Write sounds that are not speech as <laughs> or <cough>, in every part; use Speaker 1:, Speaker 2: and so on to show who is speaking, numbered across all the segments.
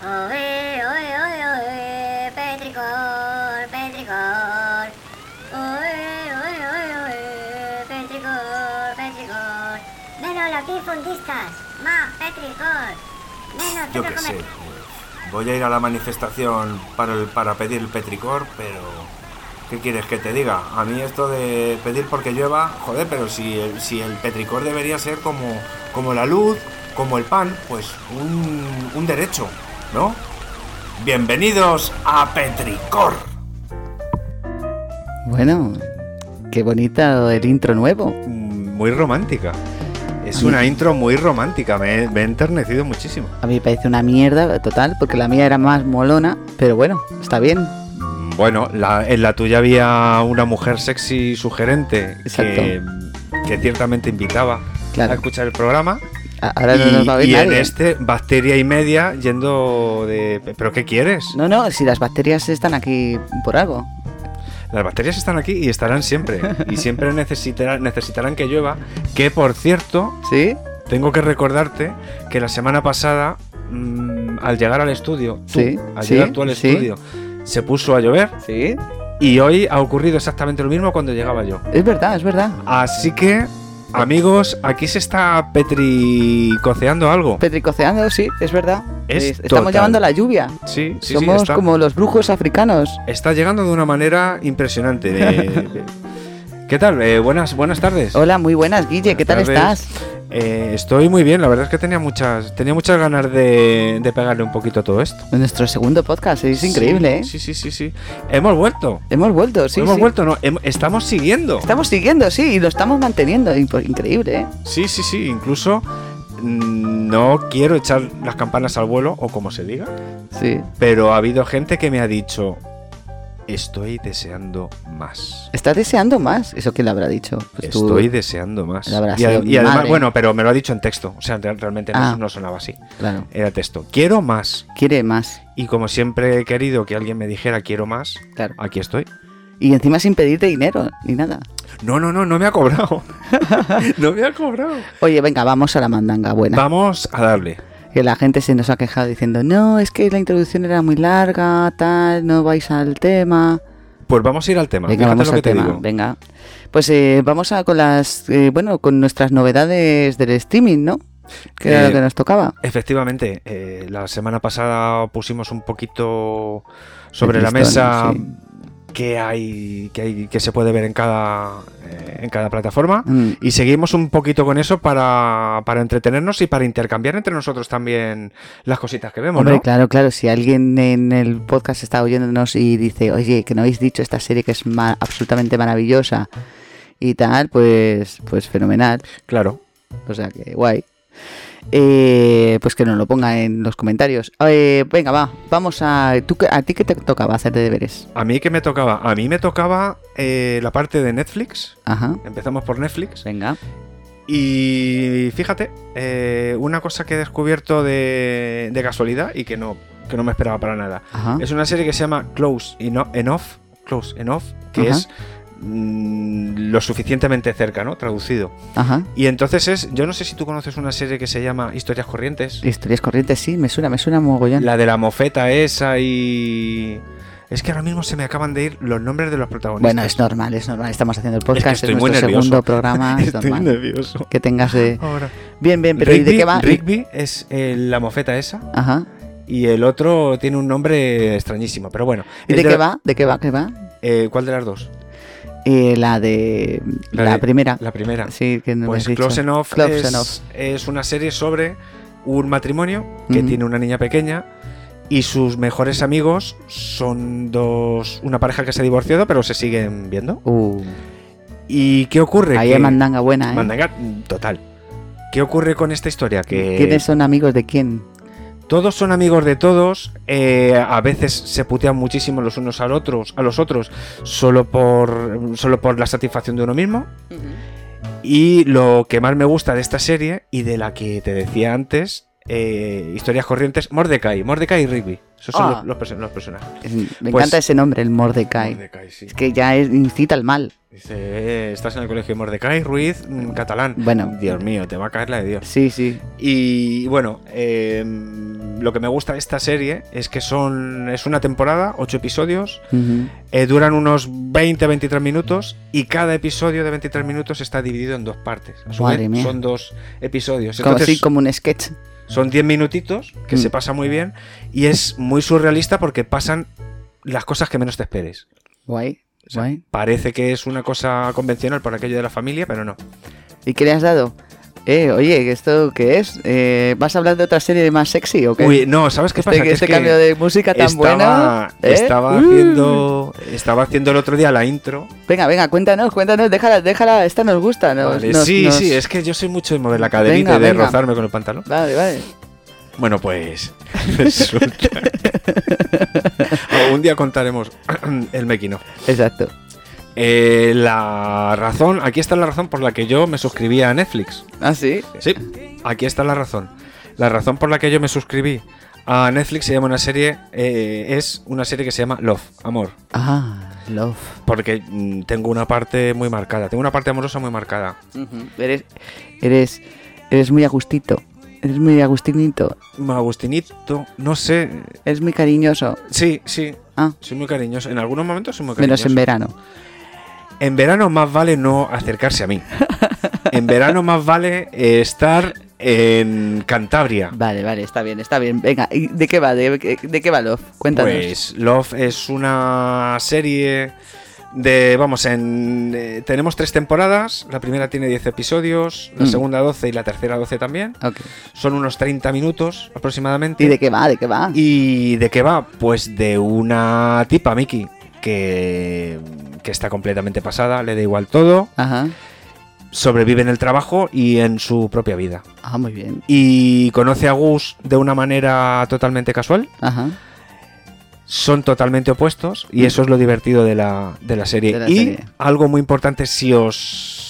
Speaker 1: Oe, oe, oe, oe, petricor, petricor. Oe, oe, oe, oe, petricor, petricor. Menos los difundistas, más petricor. Menos
Speaker 2: Yo qué sé.
Speaker 1: comer.
Speaker 2: Voy a ir a la manifestación para, el- para pedir el petricor, pero... ¿Qué quieres que te diga? A mí esto de pedir porque llueva, joder, pero si el, si el petricor debería ser como, como la luz, como el pan, pues un, un derecho, ¿no? Bienvenidos a Petricor.
Speaker 3: Bueno, qué bonita el intro nuevo.
Speaker 2: Muy romántica. Es
Speaker 3: una
Speaker 2: intro muy romántica, me, he enternecido muchísimo.
Speaker 3: A mí me parece una mierda total, porque la mía era más molona, pero bueno, está bien.
Speaker 2: Mm, Bueno, la- en la tuya había una mujer sexy sugerente que, que ciertamente invitaba
Speaker 3: Claro.
Speaker 2: a escuchar el programa.
Speaker 3: A- Ahora
Speaker 2: y
Speaker 3: no nos va a oír
Speaker 2: y en
Speaker 3: nadie.
Speaker 2: este, bacteria y media yendo de. ¿Pero qué quieres?
Speaker 3: No, no, si las bacterias están aquí por algo.
Speaker 2: Las bacterias están aquí y estarán siempre. y siempre necesitarán, necesitarán que llueva. Que por cierto,
Speaker 3: ¿Sí?
Speaker 2: tengo que recordarte que la semana pasada, mm, al llegar al estudio, tú,
Speaker 3: Sí,
Speaker 2: al
Speaker 3: sí,
Speaker 2: llegar tú al
Speaker 3: sí.
Speaker 2: estudio, se puso a llover.
Speaker 3: Sí.
Speaker 2: Y hoy ha ocurrido exactamente lo mismo cuando llegaba yo.
Speaker 3: Es verdad, es verdad.
Speaker 2: Así que, amigos, aquí se está petricoceando algo.
Speaker 3: Petricoceando, sí, es verdad.
Speaker 2: Es
Speaker 3: Es- Estamos
Speaker 2: total.
Speaker 3: llamando a la lluvia.
Speaker 2: Sí, sí, sí,
Speaker 3: Somos
Speaker 2: está,
Speaker 3: como los brujos africanos.
Speaker 2: está llegando de una manera impresionante. eh. ¿Qué tal? Eh, buenas, buenas tardes.
Speaker 3: Hola, muy buenas, Guille, ¿qué tal
Speaker 2: Buenas tardes.
Speaker 3: estás?
Speaker 2: Eh, estoy muy bien, la verdad es que tenía muchas, tenía muchas ganas de, de pegarle un poquito a todo esto.
Speaker 3: Nuestro segundo podcast, es increíble, ¿eh?
Speaker 2: Sí, sí, sí, sí. Hemos vuelto.
Speaker 3: Hemos vuelto, sí.
Speaker 2: Hemos
Speaker 3: sí.
Speaker 2: vuelto, no, hem- estamos siguiendo.
Speaker 3: Estamos siguiendo, sí, y lo estamos manteniendo. y, pues, Increíble, ¿eh?
Speaker 2: Sí, sí, sí, incluso mm, no quiero echar las campanas al vuelo o como se diga.
Speaker 3: Sí.
Speaker 2: Pero ha habido gente que me ha dicho, estoy deseando más.
Speaker 3: Estás deseando más. ¿Eso quién le habrá dicho? Pues tú.
Speaker 2: estoy deseando más.
Speaker 3: Le habrá
Speaker 2: Y, adem-
Speaker 3: sido
Speaker 2: y además,
Speaker 3: madre.
Speaker 2: bueno, pero me lo ha dicho en texto. O sea, re- realmente no-
Speaker 3: Ah.
Speaker 2: no, sonaba así.
Speaker 3: Claro.
Speaker 2: Era texto. Quiero más.
Speaker 3: Quiere más.
Speaker 2: Y como siempre he querido que alguien me dijera quiero más,
Speaker 3: Claro.
Speaker 2: aquí estoy.
Speaker 3: Y encima sin pedirte dinero ni nada.
Speaker 2: No, no, no, no me ha cobrado. <laughs> no me ha cobrado.
Speaker 3: Oye, venga, vamos a la mandanga buena.
Speaker 2: Vamos a darle.
Speaker 3: Que la gente se nos ha quejado diciendo, no, es que la introducción era muy larga, tal, no vais al tema.
Speaker 2: Pues vamos a ir al tema.
Speaker 3: Venga,
Speaker 2: Fíjate
Speaker 3: vamos
Speaker 2: lo que
Speaker 3: al
Speaker 2: te
Speaker 3: tema.
Speaker 2: digo.
Speaker 3: Venga. Pues eh, vamos a con las, eh, bueno, con nuestras novedades del streaming, ¿no? Que era
Speaker 2: Eh,
Speaker 3: lo que nos tocaba.
Speaker 2: Efectivamente, eh, la semana pasada pusimos un poquito sobre la
Speaker 3: listón,
Speaker 2: mesa
Speaker 3: Pues sí.
Speaker 2: qué hay, qué hay- qué se puede ver en cada, eh, en cada plataforma.
Speaker 3: Mm.
Speaker 2: Y seguimos un poquito con eso para, para entretenernos y para intercambiar entre nosotros también las cositas que vemos,
Speaker 3: Hombre,
Speaker 2: ¿no?
Speaker 3: claro, claro, si alguien en el podcast está oyéndonos y dice, oye, que no habéis dicho esta serie que es ma- absolutamente maravillosa y tal, pues, pues fenomenal.
Speaker 2: Claro.
Speaker 3: O sea que guay. Eh, pues que nos lo ponga en los comentarios. Eh, venga, va, vamos a. ¿tú, qué- ¿A ti qué te tocaba hacer de deberes?
Speaker 2: A mí que me tocaba, a mí me tocaba eh, la parte de Netflix.
Speaker 3: Ajá,
Speaker 2: Empezamos por Netflix.
Speaker 3: venga.
Speaker 2: Y fíjate, eh, una cosa que he descubierto de, de casualidad y que no, que no me esperaba para nada.
Speaker 3: Ajá.
Speaker 2: Es una serie que se llama Close Eno- Enough, Close Enough, que
Speaker 3: Ajá.
Speaker 2: es mm, lo suficientemente cerca, ¿no? Traducido.
Speaker 3: Ajá.
Speaker 2: Y entonces es, yo no sé si tú conoces una serie que se llama Historias Corrientes.
Speaker 3: Historias corrientes, sí, me suena, me suena mogollón.
Speaker 2: La de la mofeta esa y... Es que ahora mismo se me acaban de ir los nombres de los protagonistas.
Speaker 3: Bueno, es normal, es normal. Estamos haciendo el podcast, es,
Speaker 2: estoy muy
Speaker 3: nuestro
Speaker 2: nervioso. <laughs>
Speaker 3: segundo programa. es
Speaker 2: Estoy
Speaker 3: normal.
Speaker 2: nervioso.
Speaker 3: Que tengas de.
Speaker 2: Ahora.
Speaker 3: Bien, bien, pero ¿y
Speaker 2: Rigby-
Speaker 3: de qué va?
Speaker 2: Rigby es eh, la mofeta esa.
Speaker 3: Ajá.
Speaker 2: Y el otro tiene un nombre extrañísimo, pero bueno.
Speaker 3: ¿Y
Speaker 2: El
Speaker 3: de qué
Speaker 2: la-
Speaker 3: va? ¿De qué va? ¿Qué va?
Speaker 2: eh, ¿Cuál de las dos?
Speaker 3: Eh, la de. La,
Speaker 2: La de-
Speaker 3: primera.
Speaker 2: La primera.
Speaker 3: Sí, que no me
Speaker 2: pues
Speaker 3: has dicho.
Speaker 2: Close Enough,
Speaker 3: Close
Speaker 2: es,
Speaker 3: Enough.
Speaker 2: es una serie sobre un matrimonio que
Speaker 3: Ujú.
Speaker 2: tiene una niña pequeña y sus mejores amigos son dos. Una pareja que se ha divorciado, pero se siguen viendo.
Speaker 3: Uh,
Speaker 2: ¿Y qué ocurre?
Speaker 3: ahí
Speaker 2: Que-
Speaker 3: hay mandanga buena, ¿eh?
Speaker 2: Mandanga, mm, total. ¿Qué ocurre con esta historia? Que
Speaker 3: ¿Quiénes son amigos de quién?
Speaker 2: Todos son amigos de todos, eh, a veces se putean muchísimo los unos al otros, a los otros, solo por, solo por la satisfacción de uno mismo. Y lo que más me gusta de esta serie y de la que te decía antes, eh, historias corrientes, Mordecai, Mordecai y Rigby. Esos son
Speaker 3: Ah.
Speaker 2: los, los perso- los personajes.
Speaker 3: Es- Me
Speaker 2: Pues-
Speaker 3: encanta ese nombre, el Mordecai.
Speaker 2: Mordecai, sí.
Speaker 3: Es que ya es- incita al mal.
Speaker 2: Dice, eh, estás en el colegio de Mordecai, Ruiz, mm, catalán.
Speaker 3: Bueno.
Speaker 2: Dios mío, te va a caer la de Dios.
Speaker 3: Sí, sí.
Speaker 2: Y bueno, eh, lo que me gusta de esta serie es que son es una temporada, ocho episodios,
Speaker 3: Ujú.
Speaker 2: eh, duran unos 20-23 minutos y cada episodio de 23 minutos está dividido en dos partes. A su
Speaker 3: Madre
Speaker 2: vez,
Speaker 3: mía.
Speaker 2: Son dos episodios.
Speaker 3: como,
Speaker 2: Entonces,
Speaker 3: sí, como un sketch.
Speaker 2: son 10 minutitos que
Speaker 3: Mm.
Speaker 2: se pasa muy bien y es muy surrealista porque pasan las cosas que menos te esperes.
Speaker 3: Guay,
Speaker 2: O sea,
Speaker 3: guay.
Speaker 2: Parece que es una cosa convencional por aquello de la familia, pero no.
Speaker 3: ¿Y qué le has dado? Eh, oye, ¿esto qué es? Eh, ¿Vas a hablar de otra serie más sexy o qué?
Speaker 2: Uy, no, ¿sabes qué
Speaker 3: este
Speaker 2: pasa? Que
Speaker 3: este
Speaker 2: es que
Speaker 3: cambio de música tan
Speaker 2: estaba,
Speaker 3: bueno. ¿eh?
Speaker 2: estaba
Speaker 3: Uh.
Speaker 2: haciendo, estaba haciendo el otro día la intro.
Speaker 3: Venga, venga, cuéntanos, cuéntanos, déjala, déjala, esta nos gusta. Nos,
Speaker 2: Vale,
Speaker 3: nos-
Speaker 2: sí,
Speaker 3: nos-
Speaker 2: sí, es que yo soy mucho de mover la caderita
Speaker 3: Venga,
Speaker 2: y de
Speaker 3: venga.
Speaker 2: rozarme con el pantalón.
Speaker 3: Vale, vale.
Speaker 2: Bueno, pues <laughs>
Speaker 3: <laughs>
Speaker 2: resulta. Un día contaremos <clears throat> el mequino.
Speaker 3: Exacto.
Speaker 2: Eh, la razón, aquí está la razón por la que yo me suscribía a Netflix.
Speaker 3: Ah, sí.
Speaker 2: Sí, aquí está la razón. La razón por la que yo me suscribí a Netflix se llama una serie, eh, es una serie que se llama Love, Amor.
Speaker 3: Ah, love.
Speaker 2: Porque mm, tengo una parte muy marcada, tengo una parte amorosa muy marcada.
Speaker 3: Eres, eres, eres muy agustito. Eres muy agustinito.
Speaker 2: Agustinito, no sé.
Speaker 3: Eres muy cariñoso.
Speaker 2: Sí, sí,
Speaker 3: Ah,
Speaker 2: soy muy cariñoso. En algunos momentos soy muy
Speaker 3: menos
Speaker 2: cariñoso.
Speaker 3: en verano.
Speaker 2: En verano más vale no acercarse a
Speaker 3: <laughs>
Speaker 2: mí. En verano más vale eh, estar en Cantabria.
Speaker 3: Vale, vale, está bien, está bien. Venga, ¿y de qué va? ¿De, qué- de qué va Love? Cuéntanos.
Speaker 2: Pues Love es una serie de, vamos, en, eh, tenemos tres temporadas. La primera tiene 10 episodios, la
Speaker 3: Mm.
Speaker 2: segunda 12 y la tercera 12 también.
Speaker 3: Ok.
Speaker 2: Son unos 30 minutos aproximadamente.
Speaker 3: ¿Y de qué va? ¿De qué va?
Speaker 2: ¿Y de qué va? Pues de una tipa, Mickey, que, que está completamente pasada, le da igual todo,
Speaker 3: Ajá.
Speaker 2: sobrevive en el trabajo y en su propia vida.
Speaker 3: Ah, muy bien.
Speaker 2: Y conoce a Gus de una manera totalmente casual.
Speaker 3: Ajá.
Speaker 2: Son totalmente opuestos y
Speaker 3: Mm.
Speaker 2: eso es lo divertido de la, de la serie.
Speaker 3: De la
Speaker 2: y
Speaker 3: serie.
Speaker 2: algo muy importante, si os...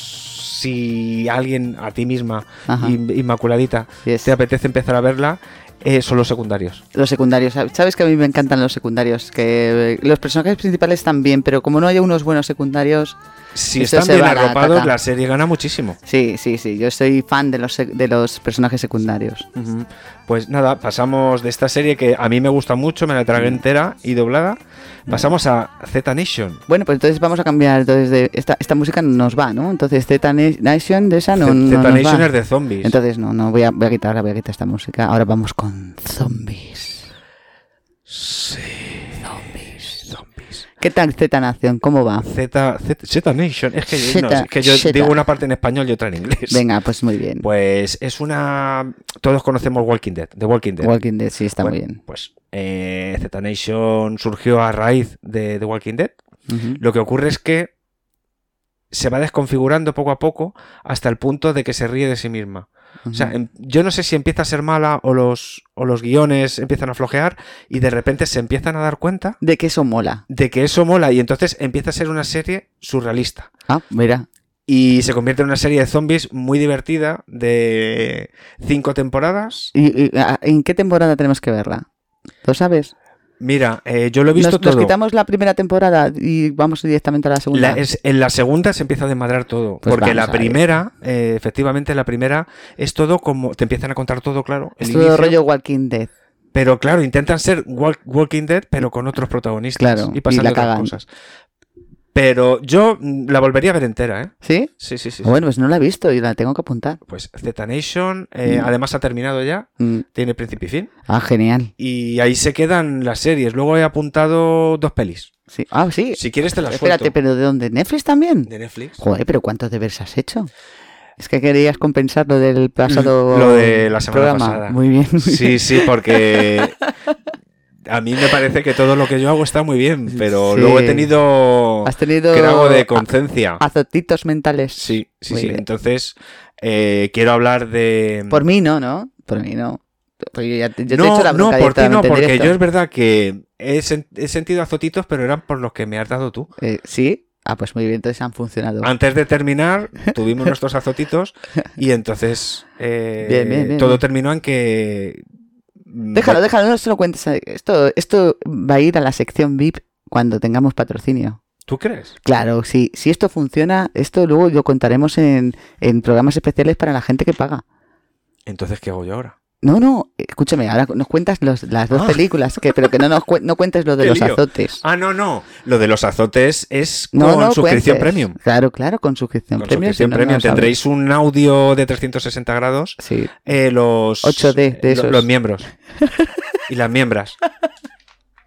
Speaker 2: Si alguien a ti misma,
Speaker 3: Ajá.
Speaker 2: in- inmaculadita,
Speaker 3: Yes.
Speaker 2: te apetece empezar a verla, eh, son los secundarios.
Speaker 3: Los secundarios. Sabes que a mí me encantan los secundarios. Que eh, los personajes principales están bien, pero como no haya unos buenos secundarios.
Speaker 2: Si
Speaker 3: Eso se
Speaker 2: están bien
Speaker 3: va a la
Speaker 2: arropados,
Speaker 3: caca.
Speaker 2: la serie gana muchísimo.
Speaker 3: Sí, sí, sí. Yo soy fan de los, sec- de los personajes secundarios.
Speaker 2: Ujú. Pues nada, pasamos de esta serie que a mí me gusta mucho, me la tragué entera y doblada.
Speaker 3: Mm.
Speaker 2: Pasamos a Z Nation.
Speaker 3: Bueno, pues entonces vamos a cambiar. Entonces de esta, esta música no nos va, ¿no? Entonces Z Nation de esa Ah, no,
Speaker 2: Z
Speaker 3: no nos
Speaker 2: Nation
Speaker 3: va.
Speaker 2: es de zombies.
Speaker 3: Entonces no, no voy a, voy a quitar, ahora voy a quitar esta música. Ahora vamos con zombies. ¿Qué tal Z Nación? ¿Cómo va?
Speaker 2: Z, Z, Z Nation. Es que, yo- no,
Speaker 3: Zeta,
Speaker 2: es que yo
Speaker 3: Zeta.
Speaker 2: digo una parte en español y otra en inglés.
Speaker 3: Venga, pues muy bien.
Speaker 2: Pues es una. Todos conocemos Walking Dead. The Walking Dead.
Speaker 3: Walking Dead sí está
Speaker 2: Bueno,
Speaker 3: muy bien.
Speaker 2: Pues eh, Z Nation surgió a raíz de The Walking Dead.
Speaker 3: Ujú.
Speaker 2: Lo que ocurre es que se va desconfigurando poco a poco hasta el punto de que se ríe de sí misma. O sea, em- yo no sé si empieza a ser mala o los, o los guiones empiezan a flojear y de repente se empiezan a dar cuenta
Speaker 3: de que eso mola.
Speaker 2: de que eso mola y entonces empieza a ser una serie surrealista.
Speaker 3: Ah, mira.
Speaker 2: Y se convierte en una serie de zombies muy divertida de cinco temporadas.
Speaker 3: ¿Y, y, a- en qué temporada tenemos que verla? ¿Lo sabes?
Speaker 2: Mira, eh, yo lo he visto
Speaker 3: nos, nos
Speaker 2: todo.
Speaker 3: quitamos la primera temporada y vamos directamente a la segunda.
Speaker 2: La- es- en la segunda se empieza a desmadrar todo.
Speaker 3: Pues
Speaker 2: porque
Speaker 3: vamos
Speaker 2: la
Speaker 3: a ver.
Speaker 2: primera, eh, efectivamente, la primera es todo como. Te empiezan a contar todo, claro. el
Speaker 3: Es todo
Speaker 2: inicio,
Speaker 3: rollo Walking Dead.
Speaker 2: Pero claro, intentan ser Walk- Walking Dead, pero con otros protagonistas.
Speaker 3: Claro,
Speaker 2: y
Speaker 3: y
Speaker 2: pasan
Speaker 3: la
Speaker 2: otras
Speaker 3: cagan.
Speaker 2: cosas. Pero yo mm, la volvería a ver entera, ¿eh?
Speaker 3: ¿Sí?
Speaker 2: Sí, sí, sí. sí.
Speaker 3: Bueno, pues no la he visto y la tengo que apuntar.
Speaker 2: Pues Z Nation, eh,
Speaker 3: Mm.
Speaker 2: además ha terminado ya,
Speaker 3: Mm.
Speaker 2: tiene principio y fin.
Speaker 3: Ah, genial.
Speaker 2: Y ahí se quedan las series. Luego he apuntado dos pelis.
Speaker 3: Sí. Ah, sí.
Speaker 2: Si quieres te las
Speaker 3: Espérate,
Speaker 2: suelto.
Speaker 3: pero ¿de dónde? ¿Netflix también?
Speaker 2: De Netflix.
Speaker 3: Joder, pero ¿cuántos deberes has hecho? Es que querías compensar lo del pasado
Speaker 2: Mm, Lo de la semana
Speaker 3: programa.
Speaker 2: pasada.
Speaker 3: Muy bien. muy <laughs> bien.
Speaker 2: Sí, sí, porque a mí me parece que todo lo que yo hago está muy bien, pero
Speaker 3: Sí.
Speaker 2: luego he tenido
Speaker 3: Has tenido
Speaker 2: trago de
Speaker 3: a-
Speaker 2: conciencia.
Speaker 3: azotitos mentales.
Speaker 2: Sí, sí,
Speaker 3: Muy
Speaker 2: sí.
Speaker 3: bien.
Speaker 2: Entonces, eh, quiero hablar de.
Speaker 3: Por mí no, ¿no? Por mí no. Porque yo ya te, yo te
Speaker 2: no,
Speaker 3: he hecho la
Speaker 2: no,
Speaker 3: bronca
Speaker 2: por ti no,
Speaker 3: directamente en
Speaker 2: porque
Speaker 3: directo.
Speaker 2: yo es verdad que he, sen- he sentido azotitos, pero eran por los que me has dado tú.
Speaker 3: Eh, sí. Ah, pues muy bien, entonces han funcionado.
Speaker 2: Antes de
Speaker 3: <laughs>
Speaker 2: terminar, tuvimos nuestros azotitos y entonces eh,
Speaker 3: Bien, bien, bien,
Speaker 2: todo
Speaker 3: bien.
Speaker 2: terminó en que mm,
Speaker 3: Déjalo, déjalo, no se lo cuentes. a- Esto, esto va a ir a la sección VIP cuando tengamos patrocinio.
Speaker 2: ¿Tú crees?
Speaker 3: Claro, si, si esto funciona, esto luego lo contaremos en, en programas especiales para la gente que paga.
Speaker 2: Entonces, ¿qué hago yo ahora?
Speaker 3: No, no, escúchame, ahora nos cuentas los- las dos
Speaker 2: Ah.
Speaker 3: películas, que, pero que no nos cuen- no cuentes lo de
Speaker 2: Qué
Speaker 3: los
Speaker 2: lío.
Speaker 3: azotes.
Speaker 2: Ah, no, no. Lo de los azotes es con
Speaker 3: No, no
Speaker 2: suscripción
Speaker 3: cuentes.
Speaker 2: premium.
Speaker 3: Claro, claro, con suscripción
Speaker 2: Con
Speaker 3: premium. si
Speaker 2: suscripción
Speaker 3: no, no
Speaker 2: premium
Speaker 3: lo sabes.
Speaker 2: tendréis un audio de 360 grados.
Speaker 3: Sí,
Speaker 2: eh, los
Speaker 3: 8D
Speaker 2: eh,
Speaker 3: de
Speaker 2: lo-
Speaker 3: esos.
Speaker 2: los
Speaker 3: <laughs>
Speaker 2: miembros y las miembras.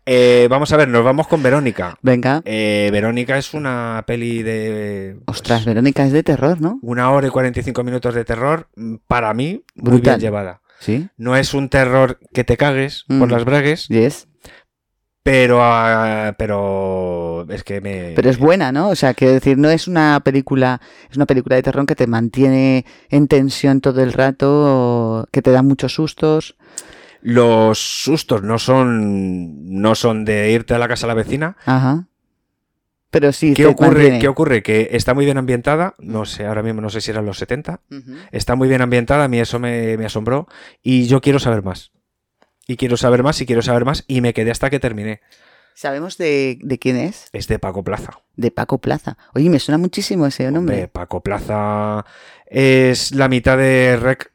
Speaker 2: Eh, vamos a ver, nos vamos con Verónica.
Speaker 3: venga.
Speaker 2: Eh, Verónica es una peli de pues,
Speaker 3: Ostras, Verónica es de terror, ¿no?
Speaker 2: una hora y 45 minutos de terror, mm, para mí, muy bien
Speaker 3: Brutal.
Speaker 2: llevada.
Speaker 3: Sí.
Speaker 2: No es un terror que te cagues por
Speaker 3: Mm.
Speaker 2: las bragues,
Speaker 3: Yes.
Speaker 2: pero, ah, pero es que me...
Speaker 3: Pero es buena, ¿no? O sea, quiero decir, no es una película, es una película de terror que te mantiene en tensión todo el rato, que te da muchos sustos.
Speaker 2: Los sustos no son, no son de irte a la casa de la vecina,
Speaker 3: Ajá. Pero sí,
Speaker 2: ¿Qué
Speaker 3: te
Speaker 2: ocurre,
Speaker 3: mantiene.
Speaker 2: ¿Qué ocurre? Que está muy bien ambientada, no sé, ahora mismo no sé si eran los 70,
Speaker 3: Ujú.
Speaker 2: está muy bien ambientada, a mí eso me, me asombró y yo quiero saber más. Y quiero saber más y quiero saber más y me quedé hasta que terminé.
Speaker 3: ¿Sabemos de, de quién es?
Speaker 2: Es de Paco Plaza.
Speaker 3: De Paco Plaza. Oye, me suena muchísimo ese
Speaker 2: Hombre,
Speaker 3: nombre.
Speaker 2: Paco Plaza es la mitad de Rec,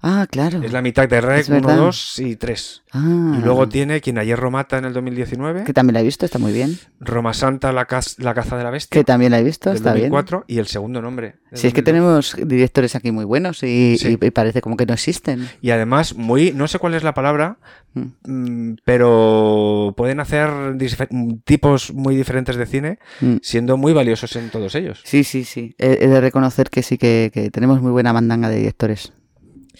Speaker 3: Ah, claro.
Speaker 2: es la mitad de Rec
Speaker 3: Es
Speaker 2: 1,
Speaker 3: verdad.
Speaker 2: 2 y 3.
Speaker 3: Ah,
Speaker 2: Y luego tiene quien a hierro mata en el 2019,
Speaker 3: que también la he visto, está muy bien.
Speaker 2: Roma Santa, la, caz- la caza de la bestia
Speaker 3: Que también la he visto,
Speaker 2: del
Speaker 3: está bien.
Speaker 2: 2004 y el segundo nombre. del
Speaker 3: Si es
Speaker 2: 2012.
Speaker 3: que tenemos directores aquí muy buenos y,
Speaker 2: Sí.
Speaker 3: y- y parece como que no existen.
Speaker 2: Y además, muy, no sé cuál es la palabra,
Speaker 3: Mm.
Speaker 2: mm, pero pueden hacer disfe- tipos muy diferentes de cine,
Speaker 3: Mm.
Speaker 2: siendo muy valiosos en todos ellos.
Speaker 3: Sí, sí, sí. He, he de reconocer que sí, que, que tenemos muy buena mandanga de directores.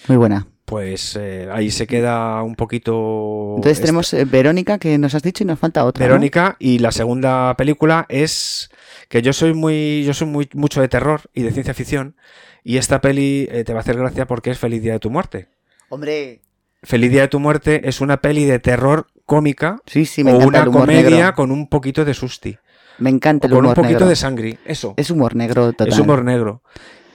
Speaker 3: Muy buena.
Speaker 2: Pues eh, ahí se queda un poquito.
Speaker 3: Entonces
Speaker 2: esta-
Speaker 3: tenemos eh, Verónica, que nos has dicho, y nos falta otra. ¿no?
Speaker 2: Oh, Verónica y la segunda película es que yo soy muy yo soy muy mucho de terror y de ciencia ficción y esta peli eh, te va a hacer gracia porque es Feliz día de tu muerte.
Speaker 3: Hombre.
Speaker 2: Feliz día de tu muerte es una peli de terror cómica
Speaker 3: Sí, sí, me
Speaker 2: o
Speaker 3: encanta
Speaker 2: una
Speaker 3: el humor
Speaker 2: comedia
Speaker 3: negro.
Speaker 2: con un poquito de susti.
Speaker 3: Me encanta
Speaker 2: O
Speaker 3: el
Speaker 2: con un
Speaker 3: humor
Speaker 2: poquito
Speaker 3: negro.
Speaker 2: de sangre, eso. Es,
Speaker 3: Es humor negro total.
Speaker 2: humor negro.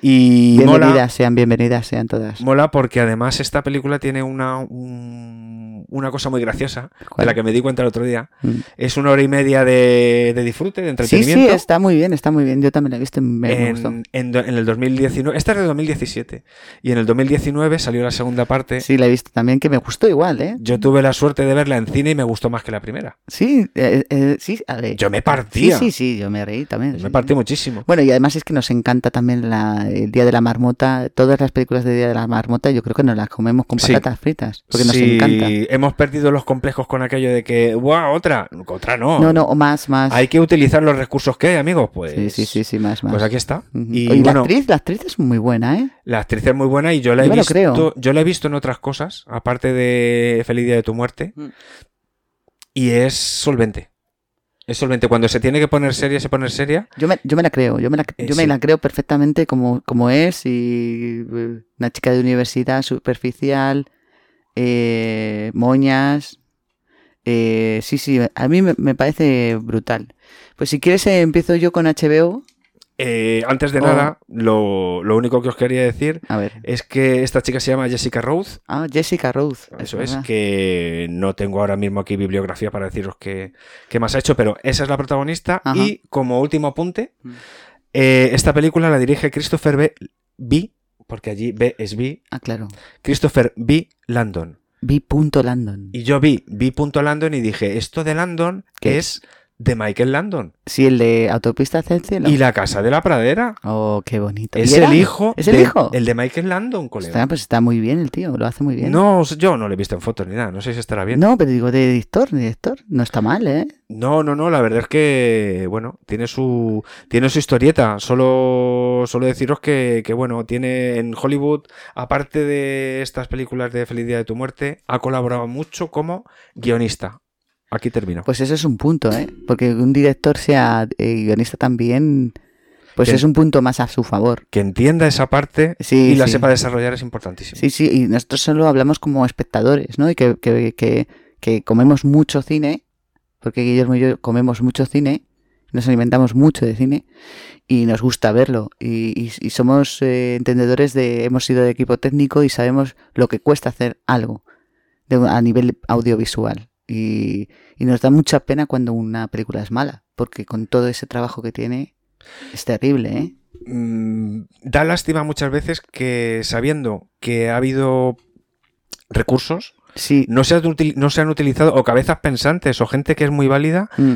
Speaker 2: Y
Speaker 3: bienvenidas
Speaker 2: mola,
Speaker 3: sean, bienvenidas sean todas.
Speaker 2: mola porque además esta película tiene una, un- una cosa muy graciosa, de
Speaker 3: ¿Cuál?
Speaker 2: la que me di cuenta el otro día.
Speaker 3: Mm.
Speaker 2: Es una hora y media de, de disfrute, de
Speaker 3: Sí, sí,
Speaker 2: entretenimiento.
Speaker 3: está muy bien, está muy bien. Yo también la he visto y me, me gustó.
Speaker 2: en, en do- en el 2019, esta es de 2017, y en el 2019 salió la segunda parte.
Speaker 3: Sí, la he visto también, que me gustó igual, ¿eh?
Speaker 2: Yo tuve la suerte de verla en cine y me gustó más que la primera.
Speaker 3: Sí, eh, eh, sí, a ver.
Speaker 2: Yo me
Speaker 3: sí,
Speaker 2: partía,
Speaker 3: sí, sí, yo me reí también.
Speaker 2: me
Speaker 3: sí.
Speaker 2: partí muchísimo.
Speaker 3: Bueno, y además es que nos encanta también la, el Día de la Marmota. Todas las películas de Día de la Marmota yo creo que nos las comemos con
Speaker 2: Sí.
Speaker 3: patatas fritas, porque nos
Speaker 2: Sí,
Speaker 3: encanta.
Speaker 2: hemos perdido los complejos con aquello de que, ¡guau! Otra, otra no.
Speaker 3: No, no, o más, más.
Speaker 2: Hay que utilizar los recursos que hay, amigos. Pues,
Speaker 3: sí, sí, sí, sí, más, más.
Speaker 2: pues aquí está.
Speaker 3: Ujú.
Speaker 2: Y
Speaker 3: Oye, la,
Speaker 2: bueno,
Speaker 3: actriz, la actriz es muy buena, ¿eh?
Speaker 2: la actriz es muy buena y yo la he
Speaker 3: Yo me lo
Speaker 2: visto.
Speaker 3: creo.
Speaker 2: Yo la he visto en otras cosas, aparte de Feliz Día de tu Muerte.
Speaker 3: Mm.
Speaker 2: Y es solvente. Es solvente. Cuando se tiene que poner seria, se pone seria.
Speaker 3: Yo me, yo me la creo, yo me la,
Speaker 2: Eh,
Speaker 3: yo me
Speaker 2: sí.
Speaker 3: la creo perfectamente como, como es y eh, una chica de universidad superficial, eh, moñas. eh, sí, sí, a mí me, me parece brutal. Pues si quieres eh, empiezo yo con HBO.
Speaker 2: Eh, antes de
Speaker 3: Oh.
Speaker 2: nada, lo, lo único que os quería decir
Speaker 3: A ver.
Speaker 2: es que esta chica se llama Jessica Rhodes.
Speaker 3: Ah, Jessica Rhodes.
Speaker 2: Eso es,
Speaker 3: verdad.
Speaker 2: que no tengo ahora mismo aquí bibliografía para deciros qué, qué más ha hecho, pero esa es la protagonista.
Speaker 3: Ajá.
Speaker 2: Y como último apunte,
Speaker 3: Mm.
Speaker 2: eh, esta película la dirige Christopher B. B, porque allí B es B,
Speaker 3: Ah, claro.
Speaker 2: Christopher B. Landon.
Speaker 3: B. Landon.
Speaker 2: Y yo vi B. Landon y dije, esto de Landon
Speaker 3: ¿Qué?
Speaker 2: es de Michael Landon.
Speaker 3: Sí, el de Autopista hacia el cielo.
Speaker 2: Y la casa de la pradera.
Speaker 3: Oh, qué bonito.
Speaker 2: Es
Speaker 3: ¿Y era?
Speaker 2: el hijo.
Speaker 3: ¿Es el
Speaker 2: de-
Speaker 3: hijo?
Speaker 2: El de Michael Landon,
Speaker 3: Está,
Speaker 2: colega.
Speaker 3: pues está muy bien el tío, lo hace muy bien.
Speaker 2: No, yo no le he visto en fotos ni nada, no sé si estará bien.
Speaker 3: No, pero digo de director, director. No está mal, ¿eh?
Speaker 2: No, no, no, la verdad es que, bueno, tiene su, tiene su historieta. Solo, solo deciros que, que, bueno, tiene en Hollywood, aparte de estas películas de Feliz Día de tu Muerte, ha colaborado mucho como guionista. Aquí termino.
Speaker 3: Pues eso es un punto, ¿eh? Porque que un director sea eh, guionista también, pues
Speaker 2: Que-
Speaker 3: es un punto más a su favor.
Speaker 2: Que entienda esa parte
Speaker 3: Sí,
Speaker 2: y la
Speaker 3: sí.
Speaker 2: sepa desarrollar es importantísimo.
Speaker 3: Sí, sí, y nosotros solo hablamos como espectadores, ¿no? Y que, que, que, que comemos mucho cine, porque Guillermo y yo comemos mucho cine, nos alimentamos mucho de cine y nos gusta verlo. Y, y- y somos eh, entendedores de, hemos sido de equipo técnico y sabemos lo que cuesta hacer algo. de- a nivel audiovisual. Y, y nos da mucha pena cuando una película es mala, porque con todo ese trabajo que tiene es terrible, ¿eh?
Speaker 2: Mm, da lástima muchas veces que sabiendo que ha habido recursos,
Speaker 3: Sí.
Speaker 2: no se, han util- no se han utilizado, o cabezas pensantes, o gente que es muy válida,
Speaker 3: mm.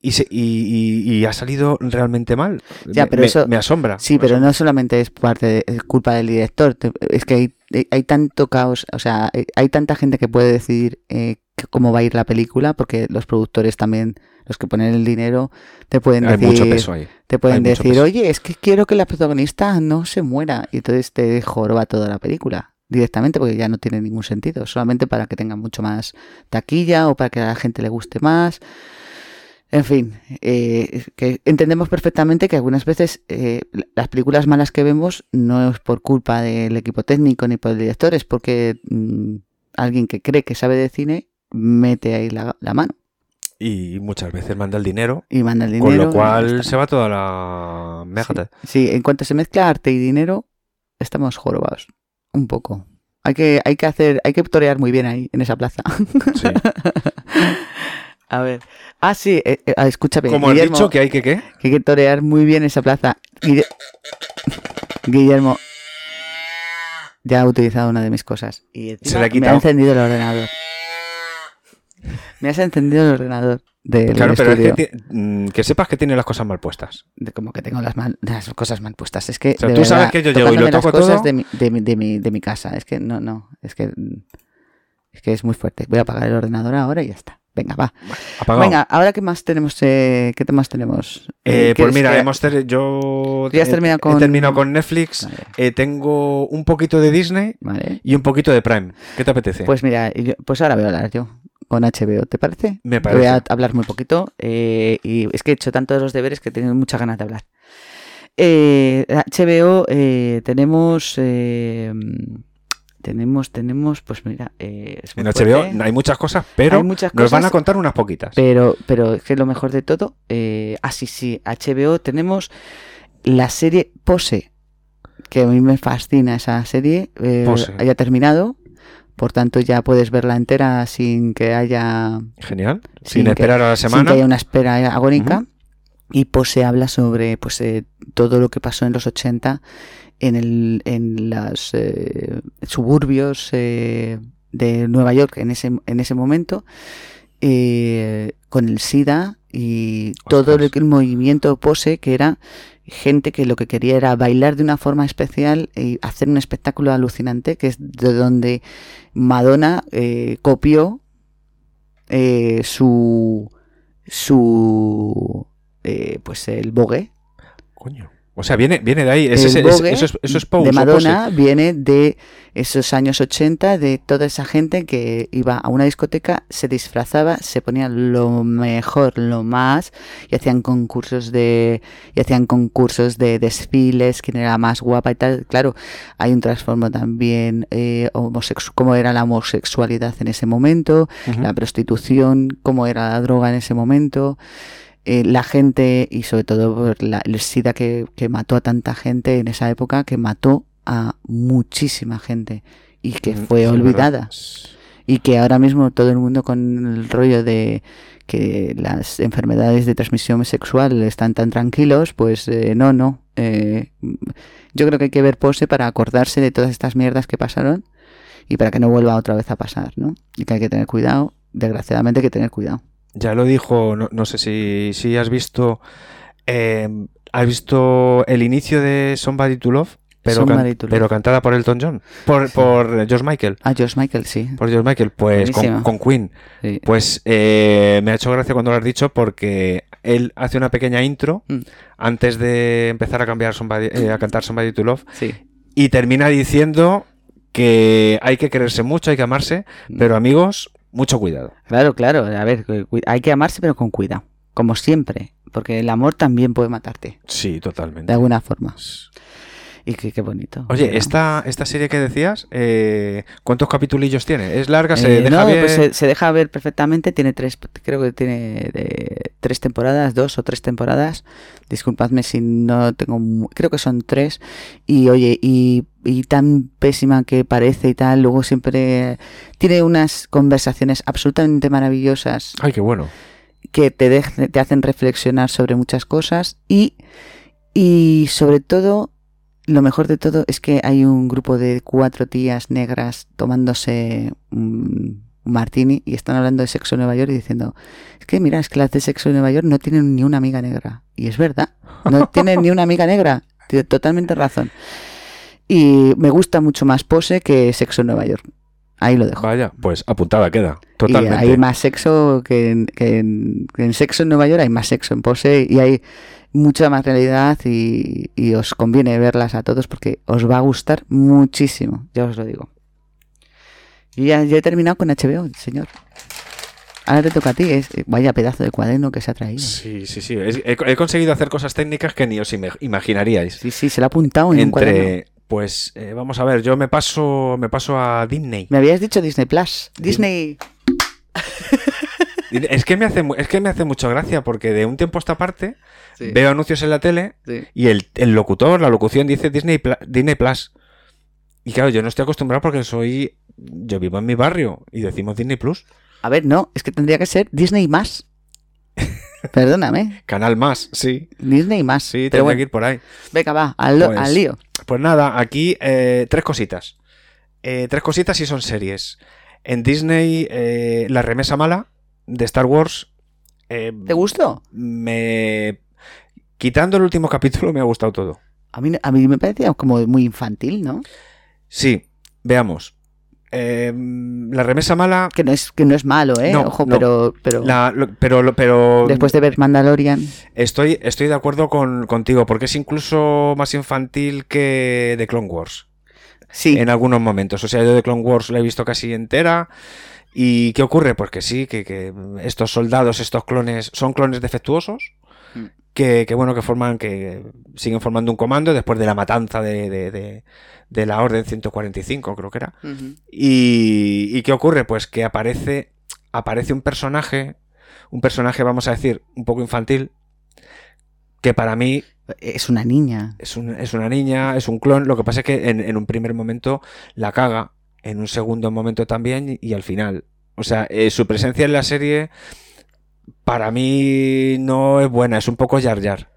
Speaker 2: y, se- y- y- y ha salido realmente mal.
Speaker 3: Ya,
Speaker 2: Me-
Speaker 3: pero
Speaker 2: me,
Speaker 3: eso-
Speaker 2: me asombra.
Speaker 3: Sí, pero no solamente es parte de- es culpa del director, te- es que hay, hay tanto caos, o sea, hay, hay tanta gente que puede decidir eh, que- cómo va a ir la película, porque los productores también, los que ponen el dinero, te pueden
Speaker 2: Hay
Speaker 3: decir,
Speaker 2: mucho peso ahí.
Speaker 3: te pueden
Speaker 2: hay mucho
Speaker 3: decir,
Speaker 2: peso.
Speaker 3: oye, es que quiero que la protagonista no se muera, y entonces te joroba toda la película directamente, porque ya no tiene ningún sentido, solamente para que tenga mucho más taquilla o para que a la gente le guste más. En fin, eh, que entendemos perfectamente que algunas veces eh, las películas malas que vemos no es por culpa del equipo técnico ni por el director, es porque mm, alguien que cree que sabe de cine mete ahí la, la mano
Speaker 2: Y muchas veces manda el dinero,
Speaker 3: y manda el dinero.
Speaker 2: con lo
Speaker 3: y ya
Speaker 2: cual
Speaker 3: está.
Speaker 2: se va toda la mejata.
Speaker 3: Sí, en cuanto se mezcla arte y dinero, estamos jorobados. Un poco. Hay que, hay que hacer, hay que torear muy bien ahí, en
Speaker 2: <laughs>
Speaker 3: esa plaza. <laughs>
Speaker 2: Sí.
Speaker 3: A ver. Ah, sí, eh, eh, ah, escúchame.
Speaker 2: Como has
Speaker 3: Guillermo,
Speaker 2: dicho que hay que qué.
Speaker 3: que hay que torear muy bien esa plaza. Guille- <laughs> Guillermo. Ya ha utilizado una de mis cosas. Y encima
Speaker 2: Se la ha
Speaker 3: me ha
Speaker 2: quitado.
Speaker 3: encendido el ordenador. Me has encendido el ordenador del
Speaker 2: Claro, pero es
Speaker 3: estudio.
Speaker 2: que, ti- mm, que sepas que tiene las cosas mal puestas.
Speaker 3: de como que tengo las, mal- las cosas mal puestas. Es que
Speaker 2: O sea,
Speaker 3: de
Speaker 2: tú sabes
Speaker 3: verdad,
Speaker 2: que yo llego y lo
Speaker 3: tocándome las
Speaker 2: toco
Speaker 3: cosas
Speaker 2: todo.
Speaker 3: De, mi, de, mi, de, mi, de mi casa. Es que no, no. Es que es que es muy fuerte. Voy a apagar el ordenador ahora y ya está. Venga, va.
Speaker 2: Apagado.
Speaker 3: Venga, ahora qué más tenemos, eh, qué temas tenemos.
Speaker 2: Eh,
Speaker 3: Eh,
Speaker 2: pues
Speaker 3: ¿quieres
Speaker 2: mira,
Speaker 3: que-
Speaker 2: hemos ter- yo
Speaker 3: ¿Ya has
Speaker 2: he-
Speaker 3: terminado
Speaker 2: he
Speaker 3: con-
Speaker 2: terminado con Netflix.
Speaker 3: Vale,
Speaker 2: Eh, tengo un poquito de Disney
Speaker 3: vale.
Speaker 2: y un poquito de Prime. ¿Qué te apetece?
Speaker 3: Pues mira, yo- pues ahora voy a hablar yo con HBO, ¿te parece?
Speaker 2: me
Speaker 3: Voy a
Speaker 2: parece.
Speaker 3: hablar muy poquito eh, y es que he hecho tanto de los deberes que tengo muchas ganas de hablar. Eh, HBO eh, tenemos eh, tenemos tenemos pues mira eh, es muy
Speaker 2: En HBO
Speaker 3: fuerte.
Speaker 2: hay muchas cosas, pero
Speaker 3: Hay muchas
Speaker 2: nos van a
Speaker 3: cosas,
Speaker 2: contar unas poquitas.
Speaker 3: pero pero es que lo mejor de todo eh, ah sí sí HBO tenemos la serie Pose que a mí me fascina esa serie eh,
Speaker 2: Pose.
Speaker 3: haya terminado por tanto ya puedes verla entera sin que haya
Speaker 2: Genial.
Speaker 3: Sí,
Speaker 2: Sin
Speaker 3: que-
Speaker 2: esperar a la
Speaker 3: sin que
Speaker 2: semana.
Speaker 3: haya una espera agónica. Y pues se habla sobre pues eh, todo lo que pasó en los 80 en, el, en eh, los suburbios eh, de Nueva York en ese, en ese momento, eh, con el SIDA y todo
Speaker 2: Ostras.
Speaker 3: el, el movimiento pose que era gente que lo que quería era bailar de una forma especial y hacer un espectáculo alucinante, que es de donde Madonna eh, copió eh, su su eh, pues el bogue
Speaker 2: Coño. O sea, viene, viene de ahí. Es- es-
Speaker 3: el
Speaker 2: es-
Speaker 3: vogue
Speaker 2: eso es, eso es pose,
Speaker 3: de
Speaker 2: o
Speaker 3: Madonna viene de esos años 80 de toda esa gente que iba a una discoteca se disfrazaba se ponía lo mejor lo más y hacían concursos de y hacían concursos de desfiles quién era más guapa y tal claro hay un trasfondo también eh, homosex- cómo era la homosexualidad en ese momento
Speaker 2: pose. Ujú.
Speaker 3: la prostitución, cómo era la droga en ese momento, eh, la gente y sobre todo por la, el SIDA que, que mató a tanta gente en esa época, que mató a muchísima gente y que
Speaker 2: Mm,
Speaker 3: fue
Speaker 2: sí,
Speaker 3: olvidada
Speaker 2: verdad.
Speaker 3: y que ahora mismo todo el mundo con el rollo de que las enfermedades de transmisión sexual están tan tranquilos, pues eh, no, no. Eh, yo creo que hay que ver pose para acordarse de todas estas mierdas que pasaron y para que no vuelva otra vez a pasar, ¿no? Y que hay que tener cuidado, desgraciadamente hay que tener cuidado.
Speaker 2: Ya lo dijo, no, no sé si, si has visto. eh, ¿Has visto el inicio de Somebody to Love? Pero, can-
Speaker 3: Somebody to Love.
Speaker 2: pero cantada por Elton John. Por,
Speaker 3: Sí.
Speaker 2: por George Michael.
Speaker 3: Ah, George Michael, sí.
Speaker 2: Por George Michael, pues con,
Speaker 3: Buenísima.
Speaker 2: con Queen.
Speaker 3: Sí.
Speaker 2: Pues eh, me ha hecho gracia cuando lo has dicho porque él hace una pequeña intro
Speaker 3: Mm.
Speaker 2: antes de empezar a cambiar Somebody- eh, a cantar Somebody to Love
Speaker 3: Sí.
Speaker 2: y termina diciendo que hay que quererse mucho, hay que amarse,
Speaker 3: Mm.
Speaker 2: pero amigos, mucho cuidado.
Speaker 3: Claro, claro. A ver, cu- cu- hay que amarse pero con cuidado, como siempre, porque el amor también puede matarte,
Speaker 2: Sí, totalmente.
Speaker 3: de alguna forma. Y qué, qué bonito.
Speaker 2: Oye,
Speaker 3: Bueno.
Speaker 2: esta, esta serie que decías, eh, ¿cuántos capitulillos tiene? ¿Es larga? ¿Se
Speaker 3: Eh,
Speaker 2: deja
Speaker 3: no,
Speaker 2: ver?
Speaker 3: pues se, se deja ver perfectamente. Tiene tres, creo que tiene eh, tres temporadas, dos o tres temporadas. Disculpadme si no tengo, mu- creo que son tres. Y oye, y, y tan pésima que parece y tal, luego siempre tiene unas conversaciones absolutamente maravillosas
Speaker 2: Ay, qué bueno.
Speaker 3: que te, dej- te hacen reflexionar sobre muchas cosas y, y sobre todo, lo mejor de todo es que hay un grupo de cuatro tías negras tomándose un un martini y están hablando de sexo en Nueva York y diciendo, es que mira, es que las de sexo en Nueva York no tienen ni una amiga negra. Y es verdad, no tienen ni una amiga negra. Tiene totalmente razón. Y me gusta mucho más pose que sexo en Nueva York. Ahí lo dejo.
Speaker 2: Vaya, pues apuntada queda.
Speaker 3: Y
Speaker 2: Totalmente.
Speaker 3: hay más sexo que en, que en- que en sexo en Nueva York, hay más sexo en pose y hay mucha más realidad y, y os conviene verlas a todos porque os va a gustar muchísimo, ya os lo digo. Y ya, ya he terminado con HBO, señor. Ahora te toca a ti, es, eh, vaya pedazo de cuaderno que se ha traído. Sí,
Speaker 2: Sí, sí, sí. Es- He, he conseguido hacer cosas técnicas que ni os ima- imaginaríais.
Speaker 3: sí, se lo ha apuntado en un cuaderno.
Speaker 2: Entre, pues, eh, vamos a ver, yo me paso, me paso a Disney.
Speaker 3: Me habías dicho Disney Plus. Disney.
Speaker 2: Es que me hace, mu- es que me hace mucha gracia porque de un tiempo a esta parte
Speaker 3: Sí,
Speaker 2: veo anuncios en la tele
Speaker 3: sí.
Speaker 2: y el, el locutor, la locución dice Disney, Pla- Disney Plus. Y claro, yo no estoy acostumbrado porque soy, yo vivo en mi barrio y decimos Disney Plus,
Speaker 3: A ver, no, es que tendría que ser Disney
Speaker 2: <laughs>
Speaker 3: más. Perdóname,
Speaker 2: Canal Más, sí,
Speaker 3: Disney más.
Speaker 2: sí,
Speaker 3: pero
Speaker 2: tengo
Speaker 3: bueno.
Speaker 2: que ir por ahí.
Speaker 3: Venga, va, al, lo-
Speaker 2: Pues-
Speaker 3: al lío.
Speaker 2: Pues nada, aquí eh, tres cositas. Eh, tres cositas y son series. En Disney, eh, La remesa mala de Star Wars. eh,
Speaker 3: ¿Te gustó?
Speaker 2: me. Quitando el último capítulo, me ha gustado todo.
Speaker 3: A mí, a mí me parecía como muy infantil, ¿no?
Speaker 2: Sí, veamos. Eh, la remesa mala.
Speaker 3: Que no es, que no es malo, ¿eh?
Speaker 2: No,
Speaker 3: Ojo,
Speaker 2: no.
Speaker 3: pero, pero
Speaker 2: la- lo- pero lo- pero
Speaker 3: después de ver Mandalorian,
Speaker 2: estoy, estoy de acuerdo con, contigo, porque es incluso más infantil que The Clone Wars.
Speaker 3: sí.
Speaker 2: en algunos momentos. O sea, yo de Clone Wars la he visto casi entera. ¿Y qué ocurre? Pues que sí, que, que estos soldados, estos clones, son clones defectuosos.
Speaker 3: Mm.
Speaker 2: Que, que, bueno, que forman, que siguen formando un comando después de la matanza de, de- de- de la Orden 145, creo que era.
Speaker 3: Ujú.
Speaker 2: ¿Y, y qué ocurre? Pues que aparece, aparece un personaje, un personaje, vamos a decir, un poco infantil, que para mí
Speaker 3: Es una niña.
Speaker 2: es, un- es una niña, es un clon. Lo que pasa es que en, en un primer momento la caga, en un segundo momento también y, y al final. O sea, eh, su presencia en la serie para mí no es buena, es un poco Yar Yar.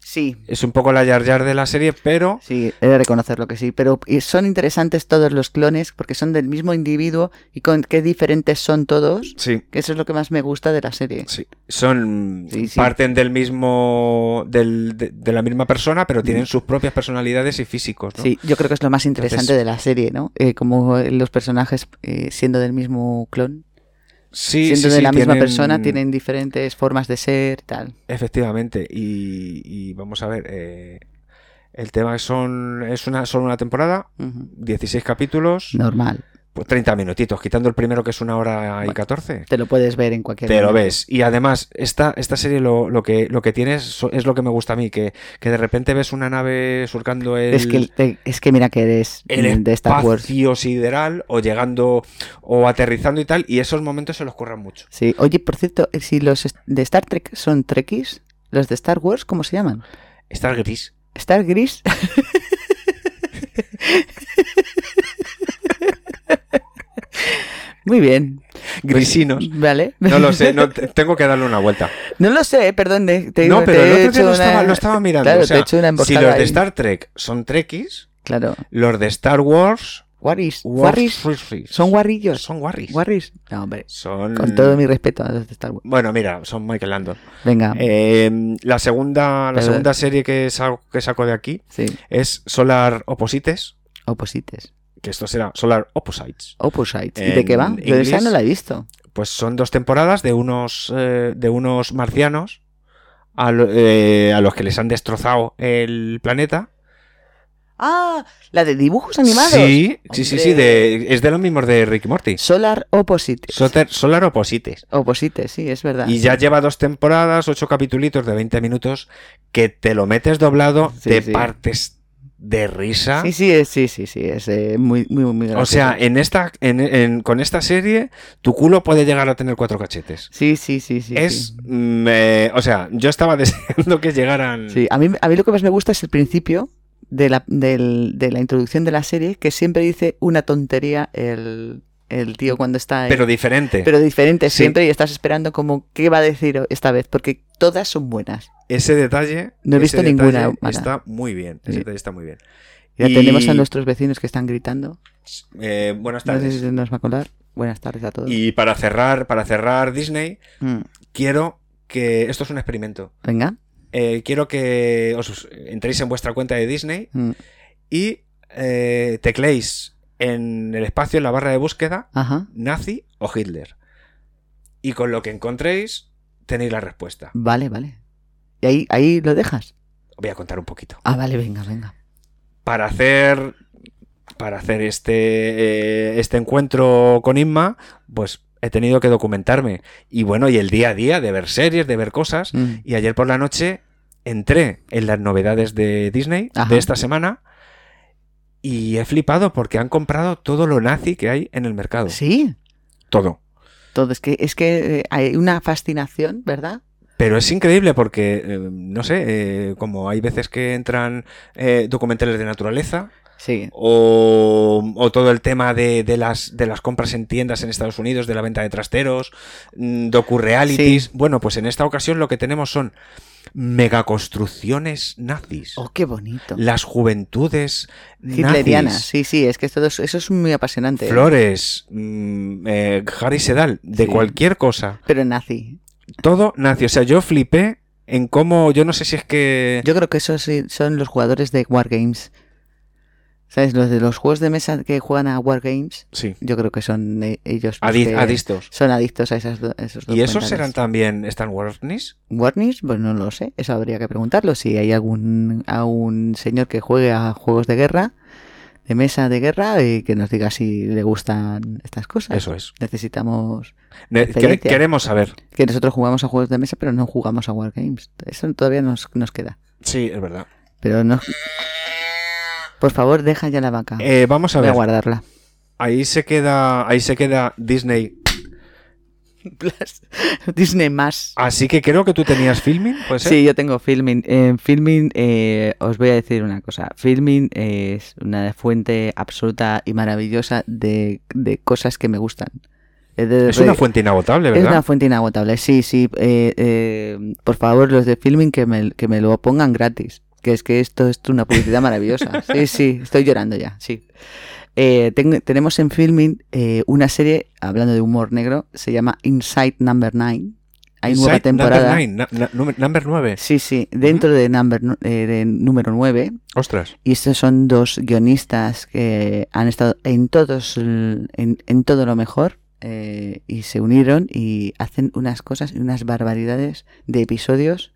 Speaker 3: Sí.
Speaker 2: Es un poco la Yar Yar de la serie, pero
Speaker 3: Sí, he de reconocerlo que sí. Pero y son interesantes todos los clones porque son del mismo individuo y con qué diferentes son todos.
Speaker 2: sí,
Speaker 3: Que eso es lo que más me gusta de la serie.
Speaker 2: sí. Son
Speaker 3: Sí, sí.
Speaker 2: parten del mismo del- de, de la misma persona, pero tienen sus propias personalidades y físicos, ¿no?
Speaker 3: Mm. Sí, yo creo que es lo más interesante
Speaker 2: Entonces-
Speaker 3: de la serie, ¿no? Eh, como los personajes eh, siendo del mismo clon,
Speaker 2: Sí,
Speaker 3: siendo
Speaker 2: sí,
Speaker 3: de
Speaker 2: sí,
Speaker 3: la misma
Speaker 2: tienen-
Speaker 3: persona, tienen diferentes formas de ser, tal.
Speaker 2: Efectivamente, y, y vamos a ver, eh, el tema es son, es una, solo una temporada,
Speaker 3: Ujú.
Speaker 2: 16 capítulos,
Speaker 3: Normal.
Speaker 2: pues 30 minutitos, quitando el primero que es una hora y
Speaker 3: Bueno,
Speaker 2: 14.
Speaker 3: Te lo puedes ver en cualquier
Speaker 2: Te lo
Speaker 3: momento.
Speaker 2: ves. Y además, esta, esta serie lo, lo que, lo que tiene es, so- es lo que me gusta a mí, que, que de repente ves una nave surcando el,
Speaker 3: Es que, te- es que mira que eres
Speaker 2: el
Speaker 3: mm, de Star Wars.
Speaker 2: espacio sideral o llegando o aterrizando y tal, y esos momentos se los corran mucho.
Speaker 3: Sí. Oye, por cierto, eh, si los est- de Star Trek son Trekkies, los de Star Wars, ¿cómo se llaman?
Speaker 2: Star Gris.
Speaker 3: ¿Star Gris? <laughs> Muy bien. Pues,
Speaker 2: Grisinos.
Speaker 3: Vale.
Speaker 2: No lo sé, no, te- tengo que darle una vuelta.
Speaker 3: <laughs> No lo sé, perdón. eh, Te
Speaker 2: no,
Speaker 3: digo,
Speaker 2: pero
Speaker 3: te
Speaker 2: el
Speaker 3: he
Speaker 2: otro día
Speaker 3: hecho
Speaker 2: lo,
Speaker 3: una-
Speaker 2: estaba, lo estaba mirando.
Speaker 3: Claro,
Speaker 2: o
Speaker 3: te he
Speaker 2: sea,
Speaker 3: hecho una
Speaker 2: si
Speaker 3: emboscada
Speaker 2: los de
Speaker 3: ahí.
Speaker 2: Star Trek son Trekkies,
Speaker 3: Claro.
Speaker 2: los de Star Wars.
Speaker 3: Warris.
Speaker 2: War-
Speaker 3: Warris.
Speaker 2: Warris.
Speaker 3: Son guarrillos.
Speaker 2: Son Warris.
Speaker 3: Warris. No, hombre.
Speaker 2: Son-
Speaker 3: Con todo mi Ah. respeto a los de Star Wars.
Speaker 2: Bueno, mira, son Michael Landon.
Speaker 3: Venga.
Speaker 2: Eh, la segunda, la
Speaker 3: Pero-
Speaker 2: segunda serie que saco, que saco de aquí
Speaker 3: Sí.
Speaker 2: es Solar Opposites,
Speaker 3: Oposites.
Speaker 2: que esto será Solar Opposites.
Speaker 3: Opposites. ¿Y de qué va?
Speaker 2: En
Speaker 3: Yo esa
Speaker 2: inglés-
Speaker 3: no la he visto.
Speaker 2: Pues son dos temporadas de unos, eh, de unos marcianos a, lo- eh, a los que les han destrozado el planeta.
Speaker 3: Ah, la de dibujos animados.
Speaker 2: Sí, sí, sí, sí,
Speaker 3: Hombre.
Speaker 2: de- es de los mismos de Rick y Morty.
Speaker 3: Solar Opposites.
Speaker 2: Soter- Solar Opposites.
Speaker 3: Opposites, sí, es verdad.
Speaker 2: Y ya lleva dos temporadas, ocho capitulitos de 20 minutos, que te lo metes doblado,
Speaker 3: Sí,
Speaker 2: te
Speaker 3: sí.
Speaker 2: partes de risa.
Speaker 3: Sí, sí, es- sí, sí, sí, es eh, muy, muy, muy
Speaker 2: o
Speaker 3: gracioso.
Speaker 2: sea, en esta, en- en- con esta serie, tu culo puede llegar a tener cuatro cachetes.
Speaker 3: Sí, sí, sí, sí.
Speaker 2: es.
Speaker 3: sí.
Speaker 2: mm, eh, o sea, yo estaba <laughs> deseando que llegaran.
Speaker 3: Sí, a mí, a mí lo que más me gusta es el principio de la, del- de la introducción de la serie, que siempre dice una tontería el, el tío cuando está en-
Speaker 2: Pero diferente.
Speaker 3: pero diferente
Speaker 2: Sí.
Speaker 3: siempre y estás esperando como qué va a decir esta vez, porque todas son buenas.
Speaker 2: Ese detalle.
Speaker 3: No he
Speaker 2: ese
Speaker 3: visto ninguna,
Speaker 2: detalle
Speaker 3: Ana.
Speaker 2: Está muy bien. Ese
Speaker 3: Sí.
Speaker 2: detalle está muy bien.
Speaker 3: Ya
Speaker 2: Y-
Speaker 3: tenemos a nuestros vecinos que están gritando.
Speaker 2: Eh, buenas
Speaker 3: No sé
Speaker 2: tardes.
Speaker 3: si se nos va a colar. Buenas tardes a todos.
Speaker 2: Y para cerrar, para cerrar Disney,
Speaker 3: Mm,
Speaker 2: quiero que. Esto es un experimento.
Speaker 3: Venga.
Speaker 2: Eh, quiero que os entréis en vuestra cuenta de Disney
Speaker 3: Mm,
Speaker 2: y eh, tecléis en el espacio, en la barra de búsqueda,
Speaker 3: Ajá.
Speaker 2: nazi o Hitler. Y con lo que encontréis, tenéis la respuesta.
Speaker 3: Vale, vale. ¿Y ahí, ahí lo dejas?
Speaker 2: Os voy a contar un poquito.
Speaker 3: Ah, vale, venga, venga.
Speaker 2: Para hacer. Para hacer este, eh, este encuentro con Inma, pues he tenido que documentarme. Y bueno, y el día a día de ver series, de ver cosas.
Speaker 3: Mm,
Speaker 2: Y ayer por la noche entré en las novedades de Disney
Speaker 3: Ajá.
Speaker 2: de esta semana y he flipado porque han comprado todo lo nazi que hay en el mercado.
Speaker 3: Mm. Sí.
Speaker 2: Todo.
Speaker 3: Todo, es que, es que eh, hay una fascinación, ¿verdad?
Speaker 2: Pero es increíble porque, eh, no sé, eh, como hay veces que entran eh, documentales de naturaleza
Speaker 3: Sí.
Speaker 2: o, o todo el tema de, de las, de las compras en tiendas en Estados Unidos, de la venta de trasteros, mm, docu-realities.
Speaker 3: Sí.
Speaker 2: Bueno, pues en esta ocasión lo que tenemos son megaconstrucciones nazis.
Speaker 3: Oh, qué bonito.
Speaker 2: las juventudes
Speaker 3: Hitleriana,
Speaker 2: nazis,
Speaker 3: sí, sí, es que todo es- eso es muy apasionante. ¿eh?
Speaker 2: Flores, mm, eh, Harry Sedal, de
Speaker 3: Sí.
Speaker 2: cualquier cosa.
Speaker 3: Pero nazi.
Speaker 2: Todo nazi. O sea, yo flipé en cómo. Yo no sé si es que.
Speaker 3: Yo creo que esos sí son los jugadores de Wargames. ¿Sabes? Los de los juegos de mesa que juegan a Wargames,
Speaker 2: sí.
Speaker 3: yo creo que son eh, ellos. los
Speaker 2: adi-
Speaker 3: que
Speaker 2: adictos.
Speaker 3: Son adictos a esas, do- esos
Speaker 2: ¿Y esos
Speaker 3: documentales.
Speaker 2: serán también Stan Warnis?
Speaker 3: ¿Warnings? Pues no lo sé. Eso habría que preguntarlo. Si hay algún, algún señor que juegue a juegos de guerra, de mesa de guerra, y que nos diga si le gustan estas cosas.
Speaker 2: Eso es.
Speaker 3: Necesitamos
Speaker 2: Ne-
Speaker 3: Referencia.
Speaker 2: quere- queremos saber.
Speaker 3: Que nosotros jugamos a juegos de mesa, pero no jugamos a Wargames. Eso todavía nos, nos queda.
Speaker 2: Sí, es verdad.
Speaker 3: Pero no. Por favor, deja ya la vaca.
Speaker 2: Eh, vamos a
Speaker 3: Voy a
Speaker 2: ver. <laughs>
Speaker 3: guardarla.
Speaker 2: Ahí se queda. Ahí se queda Disney.
Speaker 3: Disney más.
Speaker 2: Así que creo que tú tenías filming, ¿puede ser?
Speaker 3: Sí, yo tengo Filmin. En Filmin eh, os voy a decir una cosa. Filmin es una fuente absoluta y maravillosa de, de cosas que me gustan. Eh, de-
Speaker 2: Es una
Speaker 3: re-
Speaker 2: fuente inagotable,
Speaker 3: Es una
Speaker 2: ¿verdad?
Speaker 3: fuente inagotable, sí, sí. eh, eh, por favor, los de filming que me, que me lo pongan gratis. Que es que esto es una publicidad
Speaker 2: <laughs>
Speaker 3: maravillosa. Sí, sí, estoy llorando ya, sí. Eh, ten- tenemos en filming eh, una serie, hablando de humor negro, se llama Inside Number 9. Hay nueva
Speaker 2: Inside Number
Speaker 3: temporada.
Speaker 2: Nine, na- na- numer- number 9.
Speaker 3: Sí, sí, dentro de, number, nu- eh, de número 9.
Speaker 2: Ostras.
Speaker 3: Y estos son dos guionistas que han estado en todos el- en, en todo lo mejor eh, y se unieron y hacen unas cosas y unas barbaridades de episodios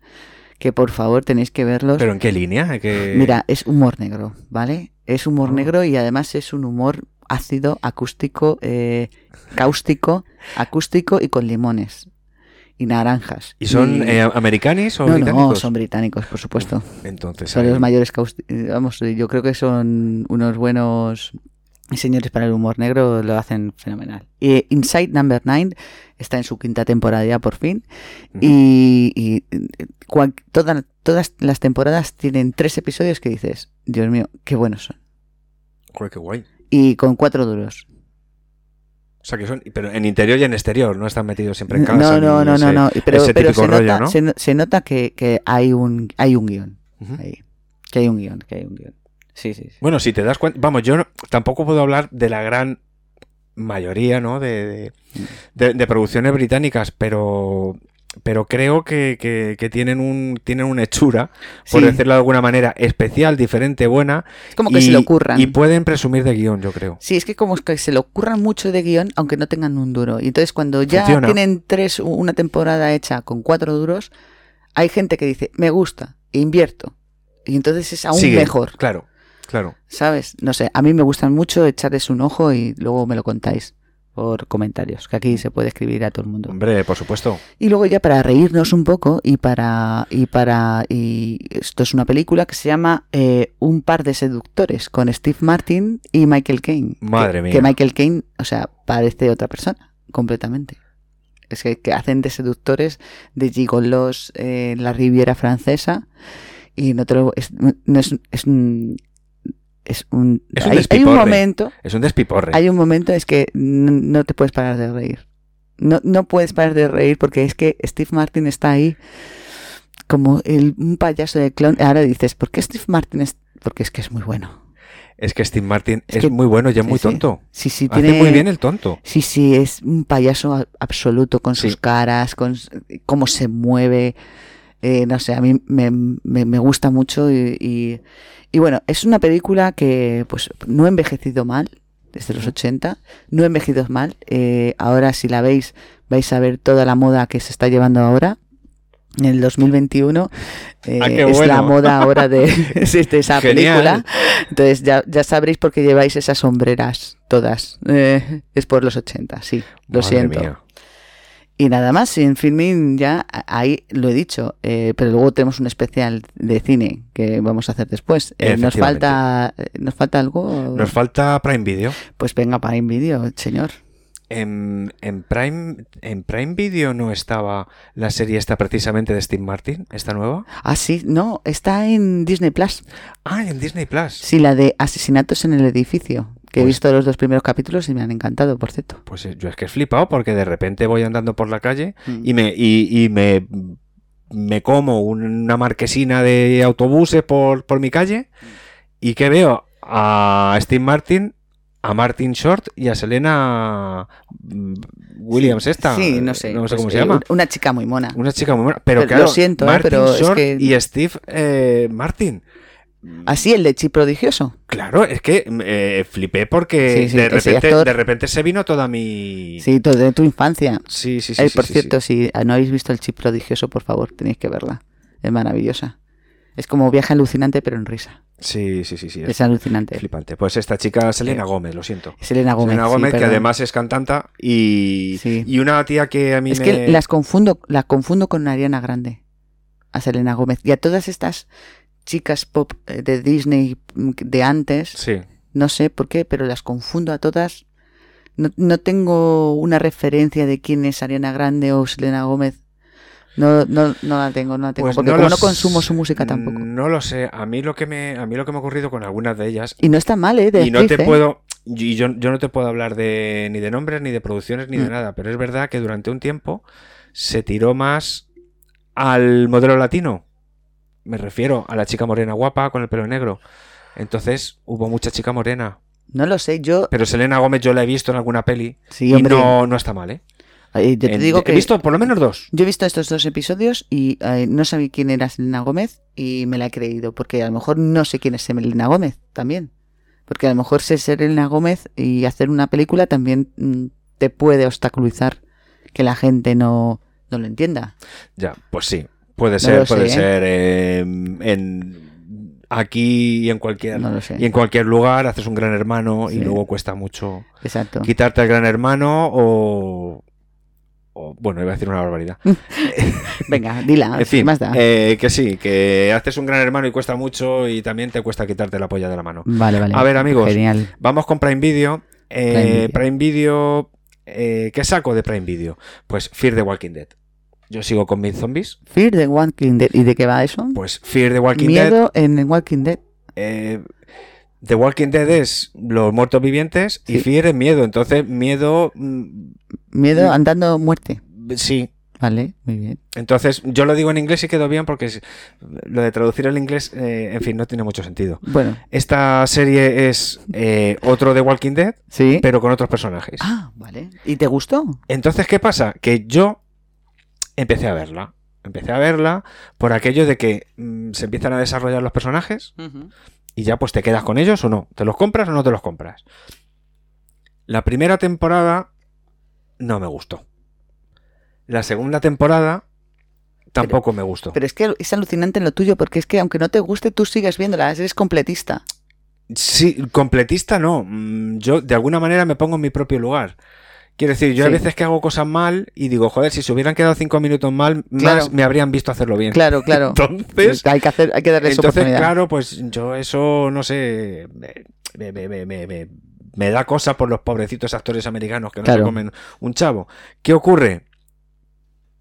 Speaker 3: que por favor tenéis que verlos.
Speaker 2: ¿Pero en qué línea? ¿Qué-
Speaker 3: Mira, es humor negro, ¿vale? Es humor
Speaker 2: Ah.
Speaker 3: negro y además es un humor ácido, acústico, eh, cáustico, acústico y con limones y naranjas.
Speaker 2: ¿Y son
Speaker 3: Y-
Speaker 2: eh, americanis o
Speaker 3: no,
Speaker 2: británicos?
Speaker 3: no, son británicos, por supuesto.
Speaker 2: Entonces,
Speaker 3: Son
Speaker 2: ahí-
Speaker 3: los mayores caust- eh, Vamos, eh, yo creo que son unos buenos señores para el humor negro, lo hacen fenomenal. Y Inside Number 9 está en su quinta temporada ya por fin.
Speaker 2: Ujú.
Speaker 3: Y, y, eh, cual- toda- todas las temporadas tienen tres episodios que dices, Dios mío, qué buenos son.
Speaker 2: Joder, qué guay.
Speaker 3: Y con cuatro duros.
Speaker 2: O sea, que son... Pero en interior y en exterior, no están metidos siempre en
Speaker 3: No,
Speaker 2: casa.
Speaker 3: no,
Speaker 2: ni
Speaker 3: no, no,
Speaker 2: ese-
Speaker 3: no, Pero,
Speaker 2: ese
Speaker 3: pero
Speaker 2: típico
Speaker 3: se,
Speaker 2: rollo,
Speaker 3: nota,
Speaker 2: ¿no?
Speaker 3: se no- se nota que, que hay un hay un guión.
Speaker 2: Ujú.
Speaker 3: ahí. Que hay un guión, que hay un guión. Sí, sí, sí.
Speaker 2: Bueno, si te das cuenta... Vamos, yo no- tampoco puedo hablar de la gran mayoría, ¿no? De, de- de- de producciones británicas, pero... Pero creo que, que- que tienen un tienen una hechura, por
Speaker 3: Sí.
Speaker 2: decirlo de alguna manera, especial, diferente, buena.
Speaker 3: Es como que se le ocurran.
Speaker 2: Y pueden presumir de guión, yo creo.
Speaker 3: Sí, es que como es que se le ocurran mucho de guión, aunque no tengan un duro. Y entonces cuando ya
Speaker 2: Funciona.
Speaker 3: tienen tres, u- una temporada hecha con cuatro duros, hay gente que dice, me gusta, e invierto. Y entonces es aún
Speaker 2: Sigue,
Speaker 3: mejor,
Speaker 2: Claro, claro.
Speaker 3: ¿sabes? No sé, a mí me gustan mucho, echarles un ojo y luego me lo contáis. por comentarios, que aquí se puede escribir a todo el mundo.
Speaker 2: Hombre, por supuesto.
Speaker 3: Y luego ya para reírnos un poco y para y para y esto es una película que se llama eh, Un par de seductores con Steve Martin y Michael Caine.
Speaker 2: Madre
Speaker 3: que,
Speaker 2: mía.
Speaker 3: Que Michael Caine, o sea, parece otra persona completamente. Es que, que hacen de seductores de gigolos eh, en la Riviera Francesa y no te lo es, no es, es un es un,
Speaker 2: Es un
Speaker 3: hay- hay un
Speaker 2: despiporre.
Speaker 3: momento
Speaker 2: Es un despiporre.
Speaker 3: hay un momento es que n- no te puedes parar de reír. No, no puedes parar de reír porque es que Steve Martin está ahí como el, un payaso de clown. Ahora dices, ¿por qué Steve Martin es? Porque es que es muy bueno.
Speaker 2: Es que Steve Martin
Speaker 3: Es
Speaker 2: es,
Speaker 3: que-
Speaker 2: muy bueno y es
Speaker 3: Sí,
Speaker 2: muy
Speaker 3: sí.
Speaker 2: tonto.
Speaker 3: Sí, sí,
Speaker 2: Hace
Speaker 3: tiene,
Speaker 2: muy bien el tonto.
Speaker 3: Sí, sí, es un payaso a- absoluto con sus
Speaker 2: Sí.
Speaker 3: caras, con s- cómo se mueve. Eh, no sé, a mí me, me- me gusta mucho y, y- y bueno, es una película que pues no ha envejecido mal desde los 80, no ha envejecido mal. Eh, ahora si la veis vais a ver toda la moda que se está llevando ahora. En el 2021 eh,
Speaker 2: Ah, qué
Speaker 3: es la
Speaker 2: bueno.
Speaker 3: moda
Speaker 2: <laughs>
Speaker 3: ahora de, <laughs> de esa película.
Speaker 2: Genial.
Speaker 3: Entonces ya, ya sabréis por qué lleváis esas sombreras todas. Eh, es por los 80, sí. Lo
Speaker 2: Madre
Speaker 3: siento.
Speaker 2: mía.
Speaker 3: Y nada más, en filming ya a- ahí lo he dicho, eh, pero luego tenemos un especial de cine que vamos a hacer después. Eh, nos
Speaker 2: Efectivamente.
Speaker 3: falta eh, nos falta algo.
Speaker 2: Nos falta Prime Video.
Speaker 3: Pues venga para vídeo, señor.
Speaker 2: En, en Prime, en Prime Video no estaba la serie esta precisamente de Steve Martin, esta nueva.
Speaker 3: Ah, sí, no, está en Disney Plus.
Speaker 2: Ah, en Disney Plus.
Speaker 3: Sí, la de asesinatos en el edificio, que he
Speaker 2: Pues-
Speaker 3: visto los dos primeros capítulos y me han encantado, por cierto.
Speaker 2: Pues eh, yo es que he flipado porque de repente voy andando por la calle
Speaker 3: Mm.
Speaker 2: y me, y, y me, me como una marquesina de autobuses por, por mi calle y que veo a Steve Martin, a Martin Short y a Selena mm, Williams esta.
Speaker 3: Sí, no sé.
Speaker 2: No sé
Speaker 3: pues,
Speaker 2: cómo se
Speaker 3: eh,
Speaker 2: llama.
Speaker 3: Una chica muy mona.
Speaker 2: Una chica muy buena. Pero,
Speaker 3: Pero
Speaker 2: claro,
Speaker 3: lo siento, eh,
Speaker 2: Martin
Speaker 3: pero es
Speaker 2: Short
Speaker 3: que- Ah,
Speaker 2: y Steve eh, Martin.
Speaker 3: Así el de Chi prodigioso.
Speaker 2: Claro, es que eh, flipé
Speaker 3: Sí,
Speaker 2: porque
Speaker 3: sí,
Speaker 2: de,
Speaker 3: ese
Speaker 2: repente,
Speaker 3: actor-
Speaker 2: de repente se vino toda mi...
Speaker 3: Sí, todo de tu infancia.
Speaker 2: Sí, sí, sí.
Speaker 3: Eh,
Speaker 2: sí,
Speaker 3: por
Speaker 2: sí, sí.
Speaker 3: cierto, si no habéis visto el chip prodigioso, por favor, tenéis que verla. Es maravillosa. Es como viaje alucinante, pero en risa.
Speaker 2: Sí, sí, sí, sí.
Speaker 3: Es,
Speaker 2: Es,
Speaker 3: alucinante.
Speaker 2: flipante. Pues esta chica Selena
Speaker 3: Sí.
Speaker 2: Gómez, lo siento.
Speaker 3: Selena Gómez.
Speaker 2: Selena
Speaker 3: sí,
Speaker 2: Gómez, que
Speaker 3: perdón.
Speaker 2: además es cantanta y,
Speaker 3: Sí.
Speaker 2: y una tía que a mí
Speaker 3: Es
Speaker 2: me...
Speaker 3: que las confundo, las confundo con Ariana Grande, a Selena Gómez. Y a todas estas chicas pop eh, de Disney mm, de antes,
Speaker 2: Sí,
Speaker 3: no sé por qué, pero las confundo a todas. No, no tengo una referencia de quién es Ariana Grande o Selena Gómez. No, no, no la tengo, no la tengo.
Speaker 2: Pues
Speaker 3: porque
Speaker 2: no mm,
Speaker 3: como
Speaker 2: los-
Speaker 3: no consumo su música tampoco.
Speaker 2: No lo sé. A mí lo que me, a mí lo que me ha ocurrido con algunas de ellas...
Speaker 3: Y no está mal, ¿eh? De
Speaker 2: y no
Speaker 3: actriz,
Speaker 2: te
Speaker 3: ¿eh?
Speaker 2: puedo... Y yo, yo no te puedo hablar de ni de nombres, ni de producciones, ni de
Speaker 3: Mm.
Speaker 2: nada. Pero es verdad que durante un tiempo se tiró más al modelo latino. Me refiero a la chica morena guapa con el pelo negro. Entonces hubo mucha chica morena.
Speaker 3: No lo sé, yo.
Speaker 2: Pero Selena Gómez yo la he visto en alguna peli.
Speaker 3: Sí,
Speaker 2: y
Speaker 3: hombre.
Speaker 2: no, no está mal, ¿eh?
Speaker 3: Eh, yo te
Speaker 2: En-
Speaker 3: digo que.
Speaker 2: He visto por lo menos dos.
Speaker 3: Yo he visto estos dos episodios y eh, no sabía quién era Selena Gómez y me la he creído, porque a lo mejor no sé quién es Selena Gómez también. Porque a lo mejor ser Selena Gómez y hacer una película también mm, te puede obstaculizar que la gente no, no lo entienda.
Speaker 2: Ya, pues sí. Puede
Speaker 3: lo
Speaker 2: ser, puede
Speaker 3: sé, ¿eh?
Speaker 2: ser. eh, en aquí y en cualquier
Speaker 3: No lo sé.
Speaker 2: y en cualquier lugar haces un gran hermano
Speaker 3: Sí.
Speaker 2: y luego cuesta mucho
Speaker 3: Exacto.
Speaker 2: quitarte al gran hermano o, o- bueno iba a decir una barbaridad.
Speaker 3: Venga, dila,
Speaker 2: en fin,
Speaker 3: más da.
Speaker 2: eh, que sí, que haces un gran hermano y cuesta mucho y también te cuesta quitarte la polla de la mano.
Speaker 3: vale, vale.
Speaker 2: a ver, amigos.
Speaker 3: Genial.
Speaker 2: Vamos con Prime Video. Eh,
Speaker 3: Prime Video.
Speaker 2: Prime Video. eh, ¿Qué saco de Prime Video? Pues Fear the Walking Dead. Yo sigo con mis zombies.
Speaker 3: Fear the Walking Dead. ¿Y de qué va eso?
Speaker 2: Pues Fear the Walking Dead.
Speaker 3: Miedo en el Walking Dead.
Speaker 2: eh, the Walking Dead es los muertos vivientes y
Speaker 3: Sí.
Speaker 2: Fear es miedo. Entonces, miedo. mm,
Speaker 3: Miedo andando muerte.
Speaker 2: Sí.
Speaker 3: Vale, muy bien.
Speaker 2: Entonces, yo lo digo en inglés y quedó bien porque es- lo de traducir al inglés, eh, en fin, no tiene mucho sentido.
Speaker 3: Bueno,
Speaker 2: Esta serie es eh, otro The Walking Dead,
Speaker 3: sí.
Speaker 2: pero con otros personajes.
Speaker 3: Ah, vale. ¿Y te gustó?
Speaker 2: Entonces, ¿qué pasa? Que yo empecé a verla. Empecé a verla por aquello de que mm, se empiezan a desarrollar los personajes y ya pues te quedas con ellos o no. ¿Te los compras o no te los compras? La primera temporada no me gustó. La segunda temporada tampoco me gustó.
Speaker 3: Pero es que es alucinante lo tuyo, porque es que aunque no te guste, tú sigues viéndola, eres completista.
Speaker 2: Sí, completista no. Mm, Yo de alguna manera me pongo en mi propio lugar. Quiero decir, yo a
Speaker 3: Sí.
Speaker 2: veces que hago cosas mal y digo, joder, si se hubieran quedado cinco minutos mal,
Speaker 3: Claro.
Speaker 2: más me habrían visto hacerlo bien.
Speaker 3: Claro, claro.
Speaker 2: Entonces,
Speaker 3: hay que hacer, hay que darle esa
Speaker 2: entonces
Speaker 3: oportunidad.
Speaker 2: claro, pues yo eso, no sé, me, me- me- me- me- me da cosa por los pobrecitos actores americanos que no se
Speaker 3: Claro.
Speaker 2: comen un chavo. ¿Qué ocurre?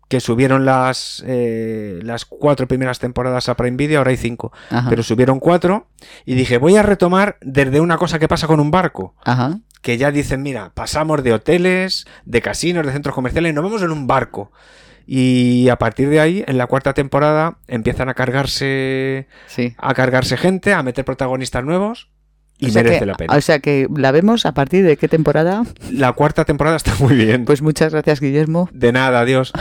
Speaker 2: Que subieron las, eh, las cuatro primeras temporadas a Prime Video, ahora hay cinco,
Speaker 3: Ajá,
Speaker 2: pero subieron cuatro y dije, voy a retomar desde una cosa que pasa con un barco
Speaker 3: ajá.
Speaker 2: que ya dicen, mira, pasamos de hoteles, de casinos, de centros comerciales, nos vamos en un barco. Y a partir de ahí, en la cuarta temporada, empiezan a cargarse,
Speaker 3: Sí.
Speaker 2: a cargarse gente, a meter protagonistas nuevos. Y
Speaker 3: O sea
Speaker 2: merece
Speaker 3: que-
Speaker 2: la pena.
Speaker 3: O sea que la vemos a partir de qué temporada.
Speaker 2: La cuarta temporada está muy bien.
Speaker 3: Pues muchas gracias, Guillermo.
Speaker 2: de nada, adiós.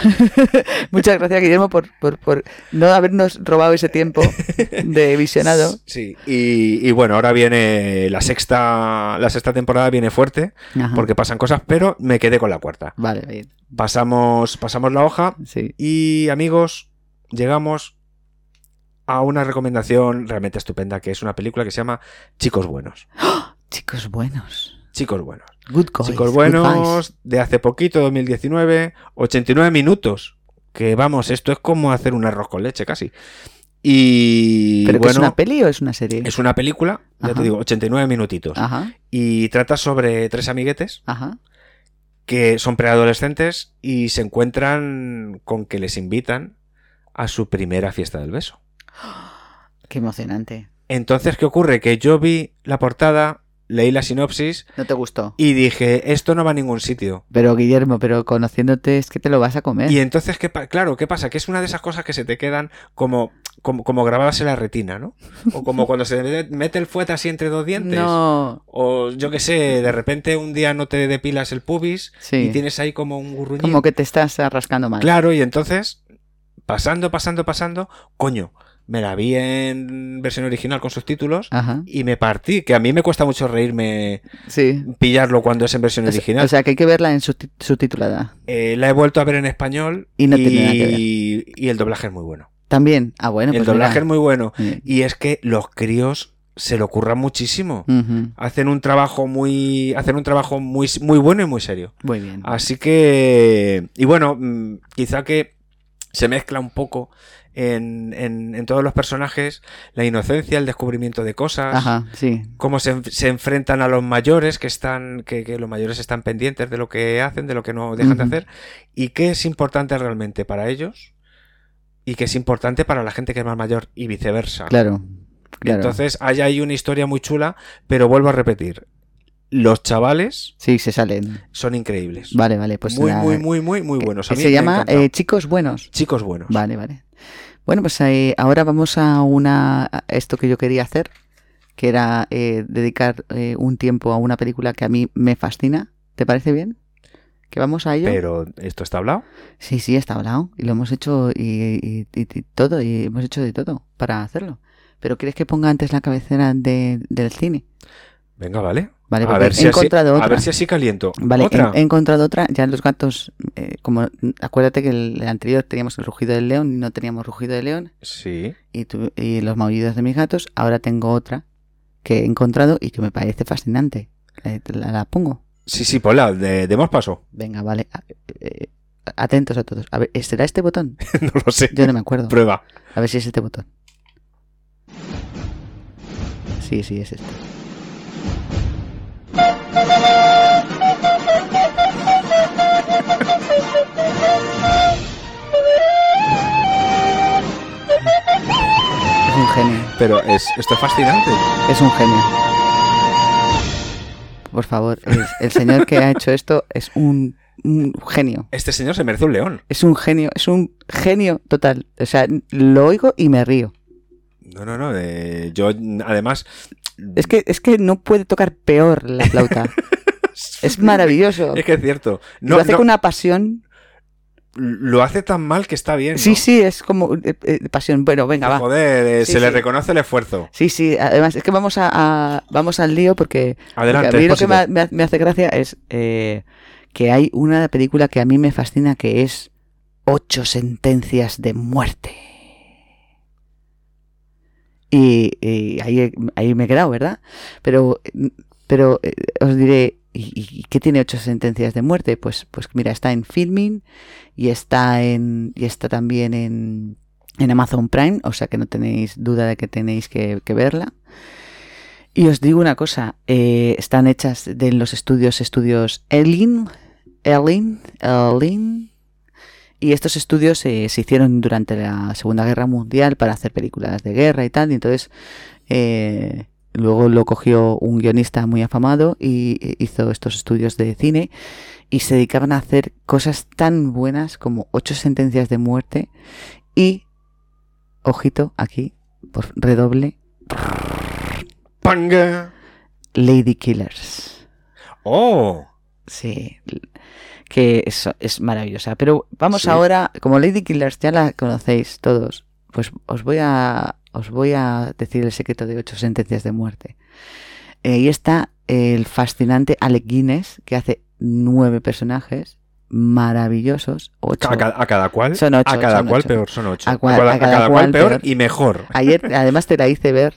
Speaker 3: Muchas gracias, Guillermo, por, por, por no habernos robado ese tiempo de visionado.
Speaker 2: Sí. Y, y bueno, ahora viene la sexta, la sexta temporada viene fuerte,
Speaker 3: <laughs> Ajá.
Speaker 2: porque pasan cosas, pero me quedé con la cuarta.
Speaker 3: Vale, bien.
Speaker 2: Pasamos, pasamos la hoja,
Speaker 3: Sí.
Speaker 2: Y amigos, llegamos a una recomendación realmente estupenda, que es una película que se llama Chicos Buenos.
Speaker 3: Chicos buenos.
Speaker 2: Chicos Buenos.
Speaker 3: Good guys.
Speaker 2: Chicos
Speaker 3: Pues, good guys.
Speaker 2: Buenos, de hace poquito, 2019, 89 minutos. Que vamos, esto es como hacer un arroz con leche casi. Y
Speaker 3: ¿Pero que es
Speaker 2: bueno,
Speaker 3: una peli o es una serie?
Speaker 2: es una película, ya
Speaker 3: Ajá. Ah.
Speaker 2: te digo, 89 minutitos.
Speaker 3: Ajá,
Speaker 2: Y trata sobre tres amiguetes
Speaker 3: ajá.
Speaker 2: que son preadolescentes y se encuentran con que les invitan a su primera fiesta del beso.
Speaker 3: Qué emocionante.
Speaker 2: Entonces, ¿qué ocurre? Que yo vi la portada, leí la sinopsis
Speaker 3: No te gustó.
Speaker 2: y dije, esto no va a ningún sitio.
Speaker 3: Pero Guillermo, pero conociéndote es que te lo vas a comer.
Speaker 2: Y entonces, ¿qué pa- claro, ¿qué pasa? Que es una de esas cosas que se te quedan como, como, como grabadas en la retina, ¿no? O como cuando se le <laughs> mete el fuete así entre dos dientes.
Speaker 3: no,
Speaker 2: O yo qué sé, de repente un día no te depilas el pubis
Speaker 3: sí.
Speaker 2: y tienes ahí como un gurruñín.
Speaker 3: Como que te estás arrascando mal.
Speaker 2: Claro, y entonces, pasando, pasando, pasando, coño, me la vi en versión original con subtítulos
Speaker 3: Ajá,
Speaker 2: y me partí, que a mí me cuesta mucho reírme
Speaker 3: sí.
Speaker 2: pillarlo cuando es en versión
Speaker 3: O sea-
Speaker 2: original.
Speaker 3: O sea, que hay que verla en subti- subtitulada.
Speaker 2: Eh, la he vuelto a ver en español
Speaker 3: Y no tiene nada que ver.
Speaker 2: y el doblaje es muy bueno.
Speaker 3: También. Ah, bueno,
Speaker 2: el
Speaker 3: pues
Speaker 2: doblaje es
Speaker 3: mira.
Speaker 2: muy bueno.
Speaker 3: Eh,
Speaker 2: Y es que los críos se lo curran muchísimo.
Speaker 3: ujú,
Speaker 2: Hacen un trabajo muy. Hacen un trabajo muy, muy bueno y muy serio.
Speaker 3: Muy bien.
Speaker 2: Así que. Y bueno, mm, quizá que se mezcla un poco en, en- en todos los personajes la inocencia, el descubrimiento de cosas.
Speaker 3: Ajá, sí.
Speaker 2: cómo se, enf- se enfrentan a los mayores que están que, que los mayores están pendientes de lo que hacen de lo que no dejan de
Speaker 3: Ujú.
Speaker 2: hacer y qué es importante realmente para ellos y qué es importante para la gente que es más mayor y viceversa
Speaker 3: Claro. Claro.
Speaker 2: entonces hay ahí una historia muy chula pero vuelvo a repetir los chavales
Speaker 3: sí, se salen.
Speaker 2: son increíbles
Speaker 3: Vale, vale. Pues
Speaker 2: muy
Speaker 3: la-
Speaker 2: muy muy muy muy buenos A
Speaker 3: Eh,
Speaker 2: mí
Speaker 3: Se
Speaker 2: me ha
Speaker 3: llama
Speaker 2: encantado.
Speaker 3: eh, Chicos Buenos.
Speaker 2: chicos buenos
Speaker 3: Vale, vale. Bueno, pues eh, ahora vamos a una a esto que yo quería hacer, que era eh, dedicar eh, un tiempo a una película que a mí me fascina. ¿Te parece bien? ¿Que vamos a ello?
Speaker 2: pero esto está hablado
Speaker 3: Sí, sí, está hablado. Y lo hemos hecho y, y- y- y todo, y hemos hecho de todo para hacerlo. Pero ¿quieres que ponga antes la cabecera de- del cine?
Speaker 2: venga vale
Speaker 3: Vale,
Speaker 2: a
Speaker 3: porque
Speaker 2: ver
Speaker 3: he
Speaker 2: si así, a
Speaker 3: encontrado otra.
Speaker 2: ver si así caliento
Speaker 3: Vale, he,
Speaker 2: otra
Speaker 3: he encontrado otra. Ya los gatos, eh, como acuérdate que el anterior teníamos el rugido del león y no teníamos rugido de león.
Speaker 2: sí
Speaker 3: y, tu- y los maullidos de mis gatos, ahora tengo otra que he encontrado y que me parece fascinante. Eh, te La, la pongo.
Speaker 2: sí sí Pola de- demos paso <laughs>
Speaker 3: Venga, vale. A- eh, atentos a todos. A ver, ¿será este botón?
Speaker 2: no lo sé
Speaker 3: Yo no
Speaker 2: <laughs>
Speaker 3: me acuerdo.
Speaker 2: Prueba.
Speaker 3: A ver si es este botón. Sí, sí, es este. Es un genio.
Speaker 2: Pero es, esto es fascinante.
Speaker 3: Es un genio. Por favor, el, el señor que ha hecho esto es un, un genio.
Speaker 2: Este señor se merece un león.
Speaker 3: Es un genio, es un genio total. O sea, lo oigo y me río.
Speaker 2: No, no, no. eh, yo, además.
Speaker 3: Es que, es que no puede tocar peor la flauta. es
Speaker 2: <laughs>
Speaker 3: maravilloso.
Speaker 2: Es que es cierto.
Speaker 3: Y
Speaker 2: No,
Speaker 3: lo hace
Speaker 2: no,
Speaker 3: con una pasión.
Speaker 2: lo hace tan mal que está bien.
Speaker 3: Sí,
Speaker 2: ¿no?
Speaker 3: sí, es como eh, eh, pasión. Bueno, venga, va.
Speaker 2: Joder, eh,
Speaker 3: Sí,
Speaker 2: se le
Speaker 3: sí.
Speaker 2: reconoce el esfuerzo.
Speaker 3: Sí, sí, además es que vamos a, a- vamos al lío porque
Speaker 2: Adelante.
Speaker 3: Porque a mí lo que
Speaker 2: Expósito.
Speaker 3: me, ha- me ha- me hace gracia es eh, que hay una película que a mí me fascina que es Ocho sentencias de muerte. Y, y ahí, ahí me he quedado, ¿verdad? Pero mm, Pero eh, os diré, ¿y, y qué tiene ocho sentencias de muerte? Pues, pues mira, está en Filming y está en y está también en, en Amazon Prime, o sea que no tenéis duda de que tenéis que, que verla. Y os digo una cosa, eh, están hechas de los estudios, estudios Elin, Elin, Elin, y estos estudios eh, se hicieron durante la Segunda Guerra Mundial para hacer películas de guerra y tal. Y entonces eh, luego lo cogió un guionista muy afamado y eh, hizo estos estudios de cine y se dedicaban a hacer cosas tan buenas como ocho sentencias de muerte y, ojito, aquí, por redoble,
Speaker 2: ¡Panga!
Speaker 3: Lady Killers.
Speaker 2: ¡Oh!
Speaker 3: Sí, que es, es maravillosa. Pero vamos
Speaker 2: Sí.
Speaker 3: ahora, como Lady Killers ya la conocéis todos, pues os voy a, os voy a decir el secreto de ocho sentencias de muerte. Eh, y está el fascinante Alec Guinness, que hace nueve personajes maravillosos. Ocho.
Speaker 2: A cada, a cada cual.
Speaker 3: Son ocho,
Speaker 2: a cada
Speaker 3: son
Speaker 2: cual
Speaker 3: ocho.
Speaker 2: peor, son ocho.
Speaker 3: A cual-
Speaker 2: cual-
Speaker 3: a cada cual
Speaker 2: peor,
Speaker 3: peor.
Speaker 2: y mejor.
Speaker 3: Ayer, además, te la hice ver.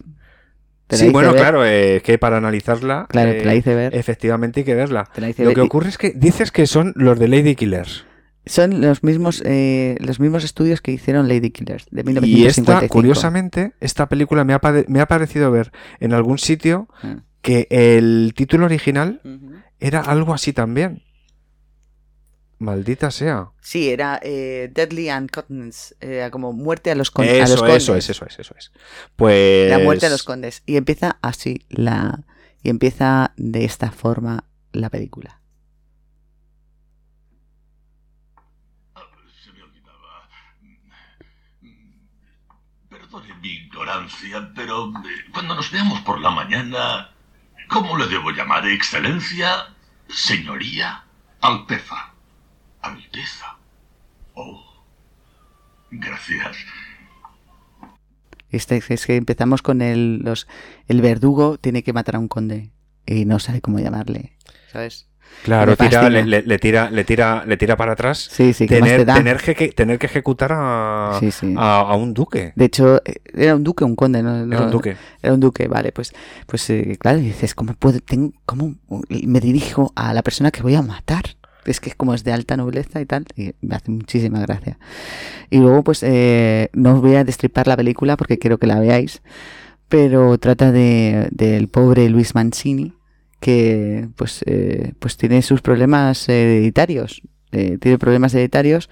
Speaker 3: Te la
Speaker 2: Sí,
Speaker 3: hice
Speaker 2: bueno,
Speaker 3: ver.
Speaker 2: claro, eh, que para analizarla.
Speaker 3: Claro, te la
Speaker 2: eh,
Speaker 3: hice ver.
Speaker 2: Efectivamente hay que verla.
Speaker 3: te la hice
Speaker 2: Lo
Speaker 3: ver.
Speaker 2: que
Speaker 3: Y-
Speaker 2: ocurre es que dices que son los de Lady Killers.
Speaker 3: Son los mismos, eh, los mismos estudios que hicieron Lady Killers de
Speaker 2: Y
Speaker 3: 1955.
Speaker 2: esta, curiosamente, esta película me ha, pade- me ha parecido ver en algún sitio
Speaker 3: Ah.
Speaker 2: que el título original era algo así también. Maldita sea.
Speaker 3: Sí, era eh, Deadly and Cottons, era como muerte a los, con- a los
Speaker 2: eso,
Speaker 3: condes.
Speaker 2: eso es, eso es, eso es. Pues.
Speaker 3: La muerte a los condes. Y empieza así la. Y empieza de esta forma la película.
Speaker 4: Ah, Se me olvidaba. Perdone mi ignorancia, pero eh, cuando nos veamos por la mañana, ¿cómo le debo llamar? ¿Excelencia? ¿Señoría? Alteza. Alteza. Oh. Gracias.
Speaker 3: Este, es que empezamos con el, los, el verdugo tiene que matar a un conde y no sabe cómo llamarle. ¿Sabes?
Speaker 2: Claro,
Speaker 3: Me
Speaker 2: tira,
Speaker 3: fascina.
Speaker 2: le, le- le tira, le, tira, le tira para atrás.
Speaker 3: Sí, sí, que más te
Speaker 2: Tener,
Speaker 3: da?
Speaker 2: tener, que, que- tener que ejecutar a,
Speaker 3: Sí, sí.
Speaker 2: a, a un duque.
Speaker 3: De hecho, eh, era un duque o un conde. No,
Speaker 2: Era un
Speaker 3: no-
Speaker 2: duque.
Speaker 3: Era un duque, vale, pues, pues eh, claro, dices, ¿cómo puedo, tengo, cómo me dirijo a la persona que voy a matar? Es que como es de alta nobleza y tal, y me hace muchísima gracia. Y luego, pues, eh, no os voy a destripar la película porque quiero que la veáis, pero trata de, del pobre Luis Mancini, que pues, eh, pues tiene sus problemas eh, hereditarios, eh, tiene problemas hereditarios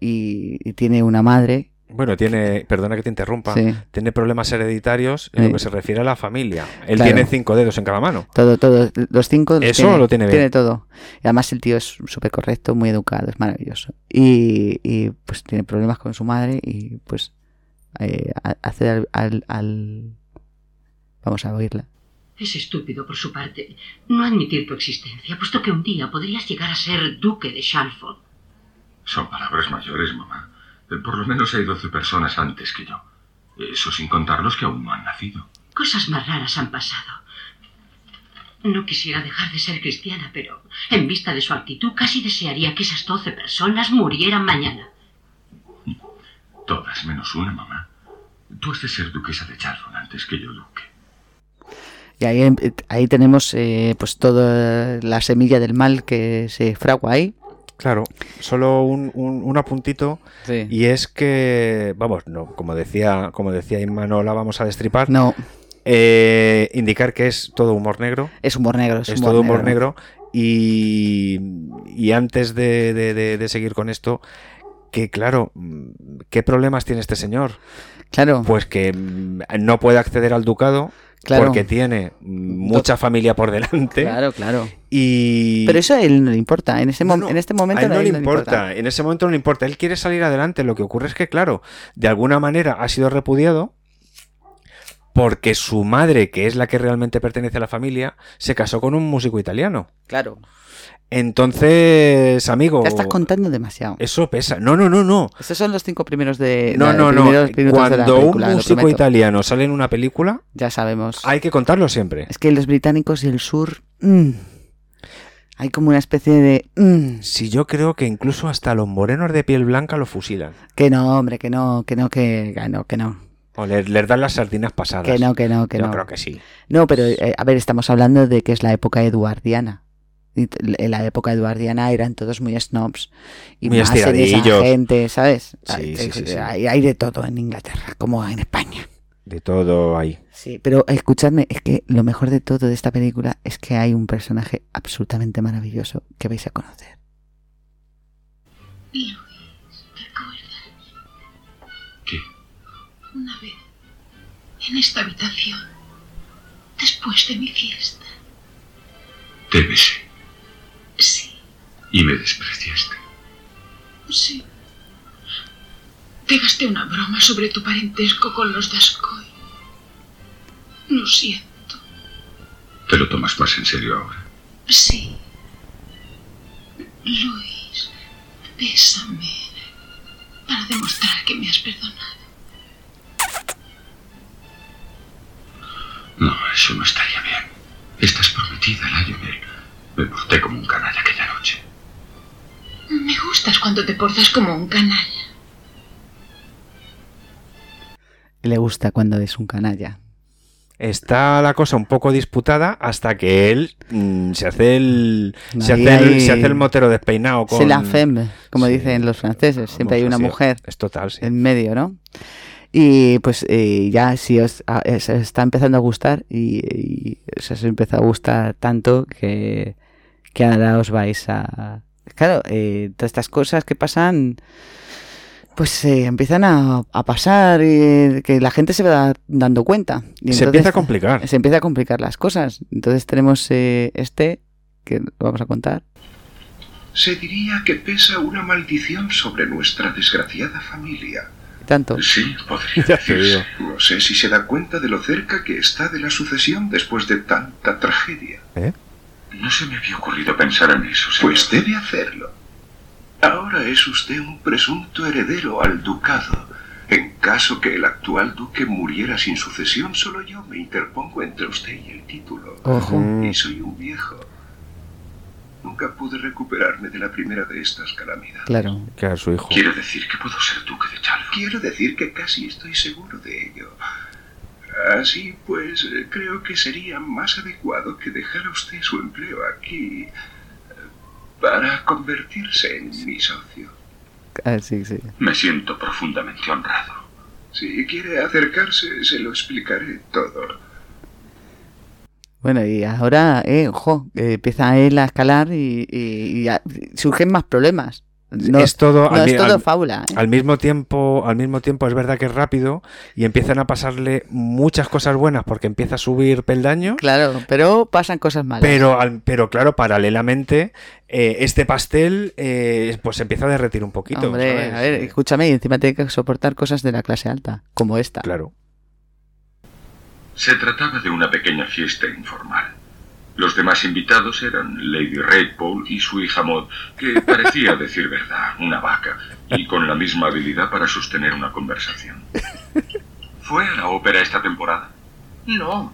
Speaker 3: y, y tiene una madre.
Speaker 2: Bueno, tiene. Perdona que te interrumpa.
Speaker 3: sí.
Speaker 2: Tiene problemas hereditarios en
Speaker 3: Sí.
Speaker 2: lo que se refiere a la familia. Él
Speaker 3: Claro.
Speaker 2: tiene cinco dedos en cada mano.
Speaker 3: Todo, todo. Los cinco. los
Speaker 2: Eso lo tiene bien.
Speaker 3: Tiene todo. Y además el tío es súper correcto, muy educado, es maravilloso. Y, y, pues tiene problemas con su madre y pues eh, ha- hace al, al- al- Vamos a oírla.
Speaker 5: Es estúpido por su parte no admitir tu existencia, puesto que un día podrías llegar a ser duque de Shalford.
Speaker 4: Son palabras mayores, mamá. Eh, Por lo menos hay doce personas antes que yo. Eso sin contar los que aún no han nacido.
Speaker 5: Cosas más raras han pasado. No quisiera dejar de ser cristiana, pero en vista de su actitud casi desearía que esas doce personas murieran mañana.
Speaker 4: Todas menos una, mamá. Tú has de ser duquesa de Charlton antes que yo, duque.
Speaker 3: Y ahí, em- ahí tenemos eh, pues toda la semilla del mal que se fragua ahí.
Speaker 2: Claro. Solo un, un, un apuntito. Y es que. Vamos, no. Como decía, como decía Inma, no la vamos a destripar.
Speaker 3: No,
Speaker 2: Eh, indicar que es todo humor negro.
Speaker 3: es humor negro. Es,
Speaker 2: es todo humor negro. Y, y antes de, de- de- de seguir con esto, que claro, mm, ¿qué problemas tiene este señor?
Speaker 3: Claro,
Speaker 2: Pues que mm, no puede acceder al ducado
Speaker 3: claro.
Speaker 2: porque tiene mm, mucha familia por delante.
Speaker 3: Claro, claro.
Speaker 2: Y
Speaker 3: Pero eso a él no le importa. En, ese mom-
Speaker 2: No, no,
Speaker 3: en este
Speaker 2: a
Speaker 3: momento
Speaker 2: él no le
Speaker 3: no
Speaker 2: importa. En ese momento no le importa. Él quiere salir adelante. Lo que ocurre es que, claro, de alguna manera ha sido repudiado. Porque su madre, que es la que realmente pertenece a la familia, se casó con un músico italiano.
Speaker 3: Claro.
Speaker 2: Entonces, amigo.
Speaker 3: Ya estás contando demasiado.
Speaker 2: Eso pesa. No, no, no, no.
Speaker 3: Esos son los cinco primeros de.
Speaker 2: No,
Speaker 3: Eh, la-
Speaker 2: no, no.
Speaker 3: primeros minutos de la
Speaker 2: Cuando
Speaker 3: película,
Speaker 2: un
Speaker 3: lo
Speaker 2: músico
Speaker 3: prometo.
Speaker 2: italiano sale en una película,
Speaker 3: Ya sabemos.
Speaker 2: hay que contarlo siempre.
Speaker 3: Es que los británicos y el sur. mm, hay como una especie de. mm,
Speaker 2: Si yo creo que incluso hasta los morenos de piel blanca lo fusilan.
Speaker 3: que no, hombre, que no, que no, que, que no, que no.
Speaker 2: O le- les, dan las sardinas pasadas.
Speaker 3: Que no, que no, que
Speaker 2: Yo
Speaker 3: no.
Speaker 2: creo que sí.
Speaker 3: No, pero eh, a ver, estamos hablando de que es la época eduardiana. Y t- En la época eduardiana eran todos muy snobs y
Speaker 2: Muy
Speaker 3: más en esa
Speaker 2: estiradillos.
Speaker 3: gente, ¿sabes?
Speaker 2: Sí,
Speaker 3: Hay-
Speaker 2: sí, sí, sí.
Speaker 3: Hay, hay de todo en Inglaterra, como en España.
Speaker 2: De todo ahí.
Speaker 3: Sí, pero escuchadme, es que lo mejor de todo de esta película es que hay un personaje absolutamente maravilloso que vais a conocer.
Speaker 6: Luis, ¿te acuerdas?
Speaker 4: ¿Qué?
Speaker 6: Una vez, en esta habitación, después de mi fiesta,
Speaker 4: Te besé
Speaker 6: sí,
Speaker 4: y me despreciaste.
Speaker 6: Pues sí, te gasté una broma sobre tu parentesco con los Dascoy. Lo siento,
Speaker 4: Te lo tomas más en serio ahora.
Speaker 6: sí. Luis, bésame para demostrar que me has perdonado.
Speaker 4: No, eso no estaría bien. Estás prometida, Lionel. Me porté como un canalla aquella noche.
Speaker 6: Me gustas cuando te portas como un canal.
Speaker 3: Le gusta cuando es un canalla.
Speaker 2: Está la cosa un poco disputada hasta que él mm, se hace el. Se
Speaker 3: Ahí
Speaker 2: hace el,
Speaker 3: hay-
Speaker 2: se hace el motero despeinado con.
Speaker 3: C'est la femme, como
Speaker 2: Sí.
Speaker 3: dicen los franceses.
Speaker 2: Vamos,
Speaker 3: Siempre hay una
Speaker 2: así es.
Speaker 3: mujer.
Speaker 2: Es total, sí.
Speaker 3: en medio, ¿no? Y pues eh, ya si os, a- eh, os está empezando a gustar y, y os empieza a gustar tanto que, que ahora os vais a... Claro, eh, todas estas cosas que pasan, pues eh, empiezan a, a pasar, eh, que la gente se va dando cuenta. Y
Speaker 2: se
Speaker 3: entonces-
Speaker 2: empieza a complicar.
Speaker 3: Se empieza a complicar las cosas. Entonces tenemos eh, este, que vamos a contar.
Speaker 4: Se diría que pesa una maldición sobre nuestra desgraciada familia.
Speaker 3: y Tanto.
Speaker 4: Sí, podría
Speaker 2: <laughs> Ya te
Speaker 4: decirse. <laughs> No sé si se da cuenta de lo cerca que está de la sucesión después de tanta tragedia.
Speaker 2: ¿Eh?
Speaker 4: No se me había ocurrido pensar en eso. Pues debe hacerlo. Ahora es usted un presunto heredero al ducado. En caso que el actual duque muriera sin sucesión, solo yo me interpongo entre usted y el título.
Speaker 3: Ojo.
Speaker 2: Mm.
Speaker 4: Y soy un viejo. Nunca pude recuperarme de la primera de estas calamidades.
Speaker 3: Claro.
Speaker 2: Que a su hijo.
Speaker 4: Quiero decir que puedo ser duque de Chalford. Quiero decir que casi estoy seguro de ello. Así pues, eh, creo que sería más adecuado que dejara usted su empleo aquí eh, para convertirse en mi socio.
Speaker 3: Ah, sí, sí.
Speaker 4: Me siento profundamente honrado. Si quiere acercarse, se lo explicaré todo.
Speaker 3: Bueno, y ahora, eh, ojo, eh, empieza él a escalar y, y- y a- surgen más problemas. No
Speaker 2: es todo,
Speaker 3: no
Speaker 2: al,
Speaker 3: es
Speaker 2: mi-
Speaker 3: todo
Speaker 2: al-
Speaker 3: fábula. ¿eh?
Speaker 2: al mismo tiempo, al mismo tiempo es verdad que es rápido y empiezan a pasarle muchas cosas buenas porque empieza a subir peldaños.
Speaker 3: Claro, pero pasan cosas malas.
Speaker 2: Pero, al- pero claro, paralelamente, eh, este pastel eh, pues se empieza a derretir un poquito.
Speaker 3: Hombre,
Speaker 2: ¿sabes? Eh,
Speaker 3: a ver, escúchame, y encima tiene que soportar cosas de la clase alta, como esta.
Speaker 2: Claro.
Speaker 4: Se trataba de una pequeña fiesta informal. Los demás invitados eran Lady Redpole y su hija Maud, que parecía decir verdad, una vaca, y con la misma habilidad para sostener una conversación. ¿Fue a la ópera esta temporada? No.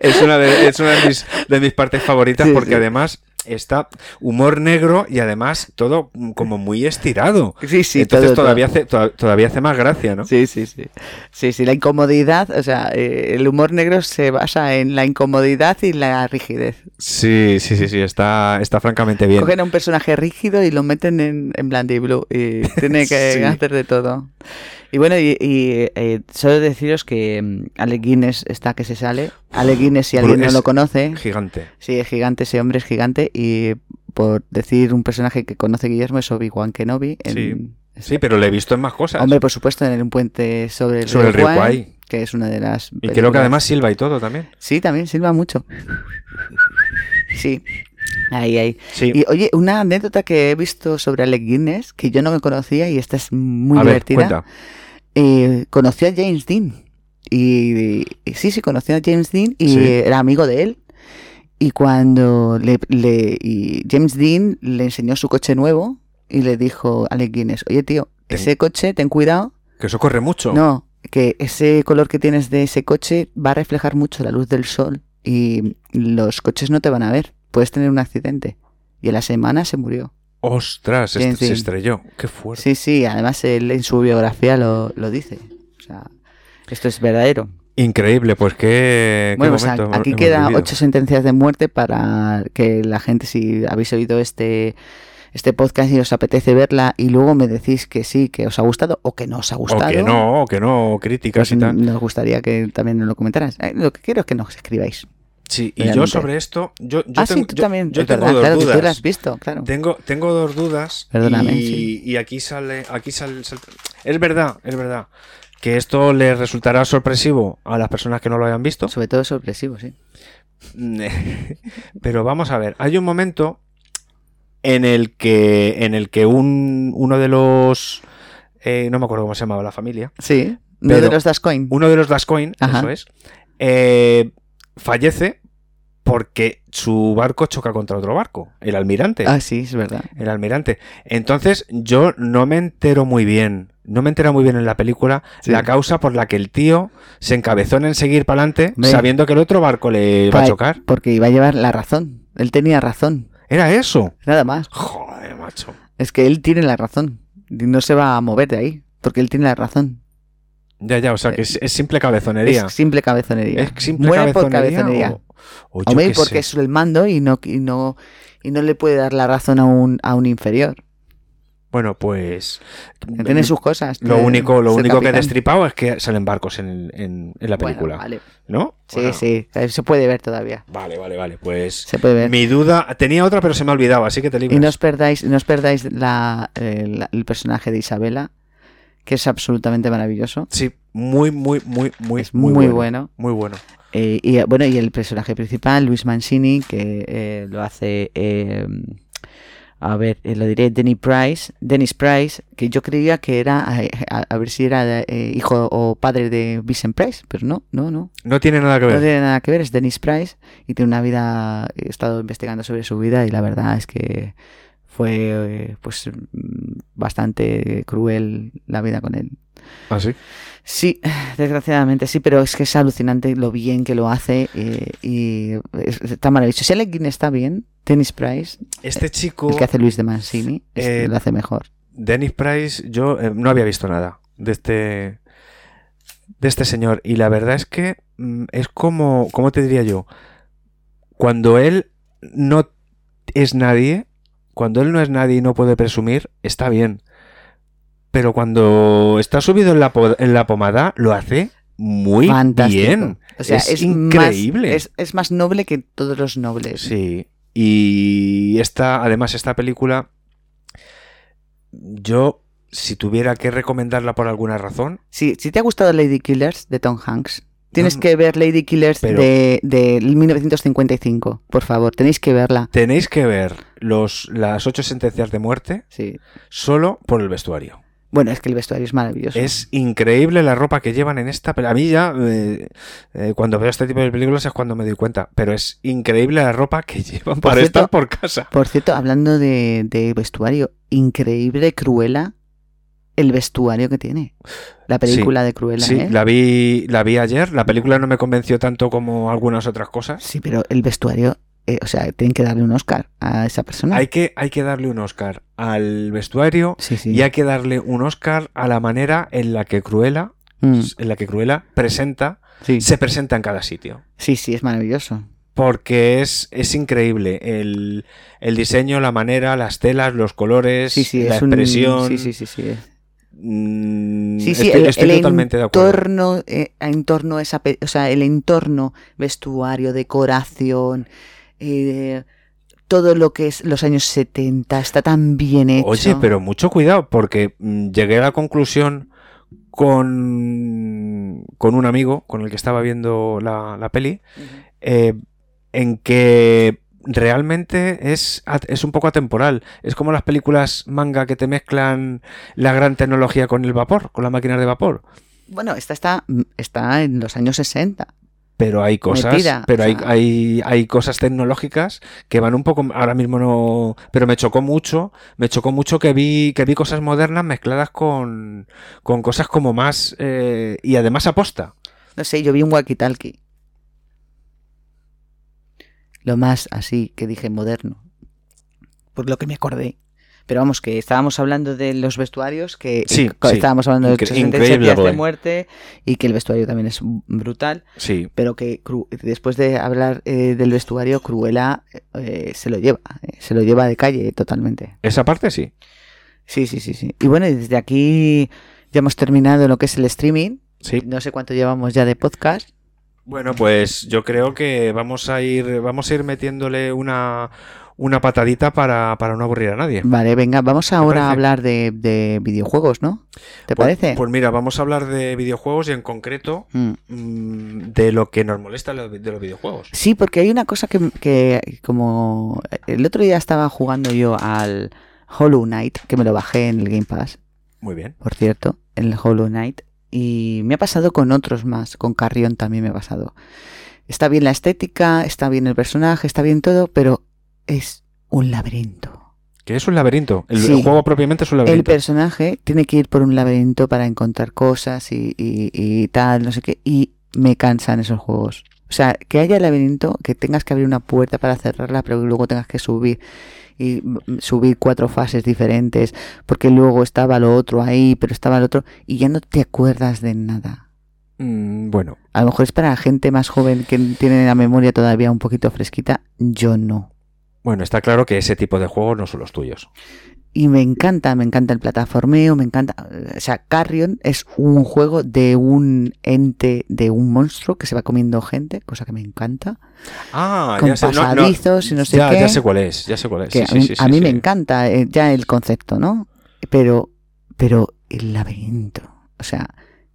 Speaker 2: Es una de, es una de mis, de mis partes favoritas
Speaker 3: Sí,
Speaker 2: porque
Speaker 3: sí.
Speaker 2: además está humor negro y además todo mm, como muy estirado.
Speaker 3: Sí, sí,
Speaker 2: Entonces
Speaker 3: todo,
Speaker 2: todavía,
Speaker 3: todo.
Speaker 2: Hace, to- todavía hace más gracia, ¿no?
Speaker 3: Sí, sí, sí. Sí, sí, la incomodidad, o sea, eh, el humor negro se basa en la incomodidad y la rigidez.
Speaker 2: Sí, sí, sí, sí, está, está francamente bien.
Speaker 3: Cogen a un personaje rígido y lo meten en, en blanco y blue.
Speaker 2: <laughs>
Speaker 3: Y tiene que
Speaker 2: Sí.
Speaker 3: hacer de todo. Y bueno, y, y, eh, solo deciros que mm, Ale Guinness está que se sale. Ale Guinness, si
Speaker 2: Bru-
Speaker 3: alguien no
Speaker 2: es-
Speaker 3: lo conoce,
Speaker 2: Gigante.
Speaker 3: sí, es gigante, ese hombre es gigante. Y por decir un personaje que conoce Guillermo es Obi-Wan Kenobi. en-
Speaker 2: Sí. Sí, pero le he visto en más cosas.
Speaker 3: Hombre, por supuesto, en un puente sobre el
Speaker 2: Sobre el
Speaker 3: río
Speaker 2: río
Speaker 3: Kwai,
Speaker 2: Kwai.
Speaker 3: que es una de las...
Speaker 2: y creo que
Speaker 3: películas-
Speaker 2: además silba y todo también.
Speaker 3: Sí, también silba mucho. Sí. Ahí, ahí.
Speaker 2: Sí.
Speaker 3: Y oye, una anécdota que he visto sobre Alec Guinness, que yo no me conocía y esta es muy
Speaker 2: a ver,
Speaker 3: divertida.
Speaker 2: cuenta.
Speaker 3: Eh, conoció a James Dean. Y, y sí, sí, conoció a James Dean y
Speaker 2: Sí.
Speaker 3: era amigo de él. Y cuando le, le- y James Dean le enseñó su coche nuevo y le dijo a Alec Guinness, oye tío,
Speaker 2: Ten-
Speaker 3: ese coche, ten cuidado.
Speaker 2: Que eso corre mucho.
Speaker 3: No, que ese color que tienes de ese coche va a reflejar mucho la luz del sol y los coches no te van a ver. Puedes tener un accidente. Y a la semana se murió.
Speaker 2: Ostras,
Speaker 3: Bien,
Speaker 2: este- se
Speaker 3: sí.
Speaker 2: estrelló. Qué fuerte.
Speaker 3: Sí, sí, además él en su biografía lo, lo dice. O sea, esto es verdadero.
Speaker 2: Increíble, pues qué, qué
Speaker 3: bueno, pues
Speaker 2: momento
Speaker 3: a-
Speaker 2: hemos-
Speaker 3: aquí
Speaker 2: hemos
Speaker 3: quedan
Speaker 2: vivido.
Speaker 3: ocho sentencias de muerte para que la gente, si habéis oído este, este podcast y os apetece verla y luego me decís que sí, que os ha gustado o que no os ha gustado.
Speaker 2: O que no, o que no, o críticas
Speaker 3: pues
Speaker 2: y tal.
Speaker 3: nos gustaría que también nos lo comentaras. Eh, Lo que quiero es que nos escribáis.
Speaker 2: Sí, y
Speaker 3: Realmente.
Speaker 2: yo sobre esto, yo, yo
Speaker 3: ah,
Speaker 2: tengo,
Speaker 3: sí, tú
Speaker 2: yo-
Speaker 3: también.
Speaker 2: yo
Speaker 3: es
Speaker 2: tengo
Speaker 3: verdad,
Speaker 2: dos
Speaker 3: claro, que tú
Speaker 2: dudas.
Speaker 3: lo has visto, claro.
Speaker 2: Tengo, tengo dos dudas.
Speaker 3: Perdóname,
Speaker 2: y,
Speaker 3: sí.
Speaker 2: y aquí sale, aquí sale, sal- Es verdad, es verdad. Que esto le resultará sorpresivo a las personas que no lo hayan visto.
Speaker 3: Sobre todo sorpresivo, sí.
Speaker 2: <laughs> Pero vamos a ver, hay un momento en el que, en el que un, uno de los. eh, no me acuerdo cómo se llamaba la familia.
Speaker 3: Sí, no
Speaker 2: Pero-
Speaker 3: de los Dascoin.
Speaker 2: Uno de los Dascoin,
Speaker 3: Ajá.
Speaker 2: eso es. eh, fallece porque su barco choca contra otro barco, el almirante.
Speaker 3: Ah, sí, es verdad.
Speaker 2: El almirante. Entonces, yo no me entero muy bien. No me entero muy bien en la película
Speaker 3: Sí.
Speaker 2: la causa por la que el tío se encabezó en seguir para adelante
Speaker 3: Hombre.
Speaker 2: sabiendo que el otro barco le va a
Speaker 3: Pa-
Speaker 2: chocar.
Speaker 3: Porque iba a llevar la razón. Él tenía razón.
Speaker 2: Era eso.
Speaker 3: Nada más.
Speaker 2: Joder, macho.
Speaker 3: Es que él tiene la razón. Y No se va a mover de ahí. Porque él tiene la razón.
Speaker 2: Ya, ya, o sea, que es, es simple cabezonería.
Speaker 3: Es simple cabezonería.
Speaker 2: Es simple
Speaker 3: Muere por
Speaker 2: cabezonería.
Speaker 3: cabezonería.
Speaker 2: o- o yo
Speaker 3: Hombre,
Speaker 2: qué
Speaker 3: porque
Speaker 2: sé.
Speaker 3: es el mando y no, y no, y no le puede dar la razón a un, a un inferior.
Speaker 2: Bueno, pues.
Speaker 3: Tiene sus cosas.
Speaker 2: Lo
Speaker 3: tiene-
Speaker 2: único, lo
Speaker 3: ser
Speaker 2: único que he
Speaker 3: capitán.
Speaker 2: destripado es que salen barcos en, el- en- en la
Speaker 3: Bueno,
Speaker 2: película.
Speaker 3: vale.
Speaker 2: ¿No?
Speaker 3: Sí,
Speaker 2: Bueno,
Speaker 3: sí. eh, Se puede ver todavía.
Speaker 2: Vale, vale, vale. Pues.
Speaker 3: Se puede ver.
Speaker 2: Mi duda. Tenía otra, pero se me olvidaba, así que te libras.
Speaker 3: Y no os perdáis, no os perdáis la- el, el personaje de Isabela, que es absolutamente maravilloso.
Speaker 2: Sí, muy, muy, muy, muy,
Speaker 3: es muy, bueno.
Speaker 2: Muy bueno.
Speaker 3: Eh, y eh, bueno, y el personaje principal, Luis Mancini, que eh, lo hace. eh, a ver, eh, lo diré, Denny Price, Dennis Price, que yo creía que era, eh, a, a ver si era eh, hijo o padre de Vincent Price, pero no, no, no.
Speaker 2: No tiene nada que ver.
Speaker 3: No tiene nada que ver, es Dennis Price y tiene una vida, he estado investigando sobre su vida y la verdad es que fue eh, pues mm, bastante cruel la vida con él.
Speaker 2: ¿Ah, sí?
Speaker 3: Sí, desgraciadamente sí, pero es que es alucinante lo bien que lo hace eh, y es- está maravilloso. Si alguien está bien, Dennis Price,
Speaker 2: Este chico,
Speaker 3: el que hace Luis de Mancini, es-
Speaker 2: Eh,
Speaker 3: lo hace mejor.
Speaker 2: Dennis Price, yo eh, no había visto nada de este, de este señor. Y la verdad es que mm, es como, ¿cómo te diría yo? Cuando él no es nadie, cuando él no es nadie y no puede presumir, está bien. Pero cuando está subido en la, po- en la pomada, lo hace muy
Speaker 3: Fantástico.
Speaker 2: bien.
Speaker 3: O sea,
Speaker 2: es,
Speaker 3: es, más-
Speaker 2: increíble.
Speaker 3: es, es más noble que todos los nobles.
Speaker 2: Sí. Y esta, además, esta película, yo, si tuviera que recomendarla por alguna razón,
Speaker 3: Sí, si te ha gustado Lady Killers de Tom Hanks, tienes
Speaker 2: No, no.
Speaker 3: que ver Lady Killers
Speaker 2: Pero-
Speaker 3: de, de 1955, por favor, tenéis que verla.
Speaker 2: tenéis que ver los, las ocho sentencias de muerte
Speaker 3: Sí.
Speaker 2: solo por el vestuario.
Speaker 3: Bueno, es que el vestuario es maravilloso.
Speaker 2: Es increíble la ropa que llevan en esta película. A mí ya, eh, eh, cuando veo este tipo de películas es cuando me doy cuenta, pero es increíble la ropa que <laughs> llevan para
Speaker 3: cierto-
Speaker 2: estar por casa.
Speaker 3: Por cierto, hablando de, de vestuario, increíble Cruella, el vestuario que tiene. La película de Cruella,
Speaker 2: Sí,
Speaker 3: ¿eh?
Speaker 2: la vi, la vi ayer. La película no me convenció tanto como algunas otras cosas.
Speaker 3: Sí, pero el vestuario, eh, o sea, tienen que darle un Oscar a esa persona.
Speaker 2: Hay que, hay que darle un Oscar al vestuario
Speaker 3: Sí, sí.
Speaker 2: y hay que darle un Oscar a la manera en la que Cruella,
Speaker 3: Mm,
Speaker 2: en la que Cruella presenta,
Speaker 3: sí.
Speaker 2: se presenta en cada sitio.
Speaker 3: sí, sí, es maravilloso.
Speaker 2: Porque es, es increíble el, el diseño, la manera, las telas, los colores,
Speaker 3: Sí, sí,
Speaker 2: la
Speaker 3: es un-
Speaker 2: expresión.
Speaker 3: Sí, sí, sí, sí. es-
Speaker 2: Mm,
Speaker 3: Sí, sí,
Speaker 2: estoy,
Speaker 3: el,
Speaker 2: estoy
Speaker 3: el
Speaker 2: totalmente de acuerdo.
Speaker 3: entorno, eh, entorno esa pe- o sea, el entorno, vestuario, decoración, eh, todo lo que es los años 70 está tan bien hecho.
Speaker 2: Oye, pero mucho cuidado, porque mm, llegué a la conclusión con, con un amigo con el que estaba viendo la, la peli, eh, en que realmente es, at- es un poco atemporal. Es como las películas manga que te mezclan la gran tecnología con el vapor, con las máquinas de vapor.
Speaker 3: Bueno, esta está, mm, está en los años 60.
Speaker 2: Pero hay cosas,
Speaker 3: Metida,
Speaker 2: pero
Speaker 3: o
Speaker 2: hay,
Speaker 3: sea.
Speaker 2: hay, hay cosas tecnológicas que van un poco, ahora mismo no, pero me chocó mucho, me chocó mucho que vi, que vi cosas modernas mezcladas con, con cosas como más, eh, y además aposta.
Speaker 3: No sé, yo vi un walkie-talkie. Lo más así que dije moderno. Por lo que me acordé. Pero vamos, que estábamos hablando de los vestuarios, que
Speaker 2: Sí,
Speaker 3: que
Speaker 2: sí.
Speaker 3: estábamos hablando de
Speaker 2: Incre-
Speaker 3: 67 días de
Speaker 2: increíble.
Speaker 3: muerte y que el vestuario también es brutal.
Speaker 2: Sí.
Speaker 3: Pero que Cru- después de hablar eh, del vestuario, Cruella eh, se lo lleva, eh, se lo lleva de calle totalmente.
Speaker 2: Esa parte sí.
Speaker 3: Sí, sí, sí, sí. Y bueno, y desde aquí ya hemos terminado lo que es el streaming.
Speaker 2: Sí.
Speaker 3: No sé cuánto llevamos ya de podcast.
Speaker 2: Bueno, pues yo creo que vamos a ir, vamos a ir metiéndole una, una patadita para, para no aburrir a nadie.
Speaker 3: Vale, venga, vamos ahora a
Speaker 2: parece?
Speaker 3: hablar de, de videojuegos, ¿no? ¿Te
Speaker 2: Pues-
Speaker 3: parece?
Speaker 2: Pues mira, vamos a hablar de videojuegos y en concreto
Speaker 3: Mm.
Speaker 2: mm, de lo que nos molesta lo- de los videojuegos.
Speaker 3: Sí, porque hay una cosa que, que como el otro día estaba jugando yo al Hollow Knight, que me lo bajé en el Game Pass,
Speaker 2: Muy bien.
Speaker 3: por cierto, en el Hollow Knight, y me ha pasado con otros más, con Carrion también me ha pasado. Está bien la estética, está bien el personaje, está bien todo, pero es un laberinto.
Speaker 2: Que es un laberinto. El,
Speaker 3: Sí.
Speaker 2: el juego propiamente es un
Speaker 3: El
Speaker 2: laberinto.
Speaker 3: personaje tiene que ir por un laberinto para encontrar cosas y, y- y tal, no sé qué. Y me cansan esos juegos. O sea, que haya laberinto, que tengas que abrir una puerta para cerrarla, pero que luego tengas que subir y mm, subir cuatro fases diferentes, porque luego estaba lo otro ahí, pero estaba lo otro, y ya no te acuerdas de nada.
Speaker 2: Mm, bueno,
Speaker 3: A lo mejor es para gente más joven que tiene la memoria todavía un poquito fresquita, yo no.
Speaker 2: bueno, está claro que ese tipo de juegos no son los tuyos.
Speaker 3: Y me encanta, me encanta el plataformeo, me encanta. O sea, Carrion es un juego de un ente, de un monstruo que se va comiendo gente, cosa que me encanta.
Speaker 2: Ah,
Speaker 3: Con
Speaker 2: ya sé. no, no.
Speaker 3: pasadizos y no sé
Speaker 2: ya,
Speaker 3: qué.
Speaker 2: Ya sé cuál es, ya sé cuál es.
Speaker 3: Que
Speaker 2: Sí,
Speaker 3: a
Speaker 2: sí,
Speaker 3: mí,
Speaker 2: sí,
Speaker 3: a
Speaker 2: sí,
Speaker 3: mí
Speaker 2: sí.
Speaker 3: me encanta eh, ya el concepto, ¿no? Pero, pero el laberinto, o sea,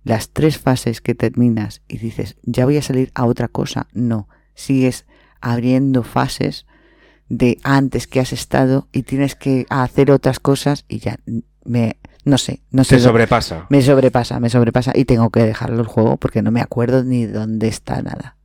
Speaker 3: las tres fases que terminas y dices, ya voy a salir a otra cosa, no. Sigues abriendo fases de antes que has estado y tienes que hacer otras cosas y ya me, no sé, no sé.
Speaker 2: Se
Speaker 3: dó-
Speaker 2: sobrepasa.
Speaker 3: Me sobrepasa, me sobrepasa y tengo que dejarlo el juego porque no me acuerdo ni dónde está nada.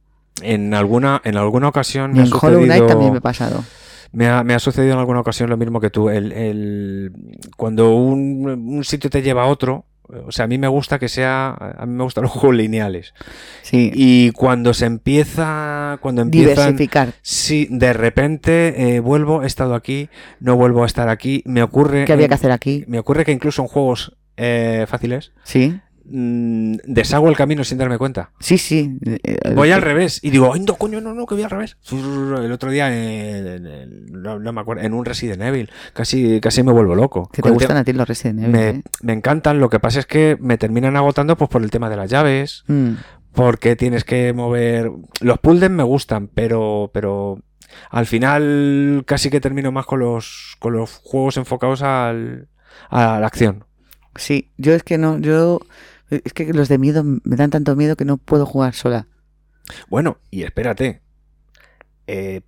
Speaker 2: En alguna, en alguna ocasión
Speaker 3: Ni
Speaker 2: me Mm, ha
Speaker 3: en Hollow Knight
Speaker 2: sucedido-
Speaker 3: también me ha pasado.
Speaker 2: Me ha, me ha sucedido en alguna ocasión lo mismo que tú. El, el- cuando un, un sitio te lleva a otro, o sea, a mí me gusta que sea, a mí me gustan los juegos lineales.
Speaker 3: Sí,
Speaker 2: Y cuando se empieza, cuando empiezan,
Speaker 3: diversificar.
Speaker 2: sí, de repente eh, vuelvo, he estado aquí, no vuelvo a estar aquí. Me ocurre,
Speaker 3: ¿Qué había
Speaker 2: en-
Speaker 3: que hacer aquí?
Speaker 2: Me ocurre que incluso en juegos eh, fáciles
Speaker 3: Sí.
Speaker 2: mm, deshago el camino sin darme cuenta.
Speaker 3: Sí, sí. eh,
Speaker 2: Voy
Speaker 3: eh,
Speaker 2: al revés y digo, ay, no, coño, no, no, que voy al revés. El otro día, en, en- en- no, no me acuerdo, en un Resident Evil, casi, casi me vuelvo loco.
Speaker 3: Que te
Speaker 2: Con el
Speaker 3: gustan
Speaker 2: tema-
Speaker 3: a ti los Resident Evil.
Speaker 2: me,
Speaker 3: ¿eh?
Speaker 2: me encantan, lo que pasa es que me terminan agotando pues por el tema de las llaves,
Speaker 3: Mm.
Speaker 2: porque tienes que mover... Los puzzles me gustan, pero, pero al final casi que termino más con los, con los juegos enfocados al, a la acción.
Speaker 3: Sí, yo es que no, yo. Es que los de miedo me dan tanto miedo que no puedo jugar sola.
Speaker 2: Bueno, y espérate. eh,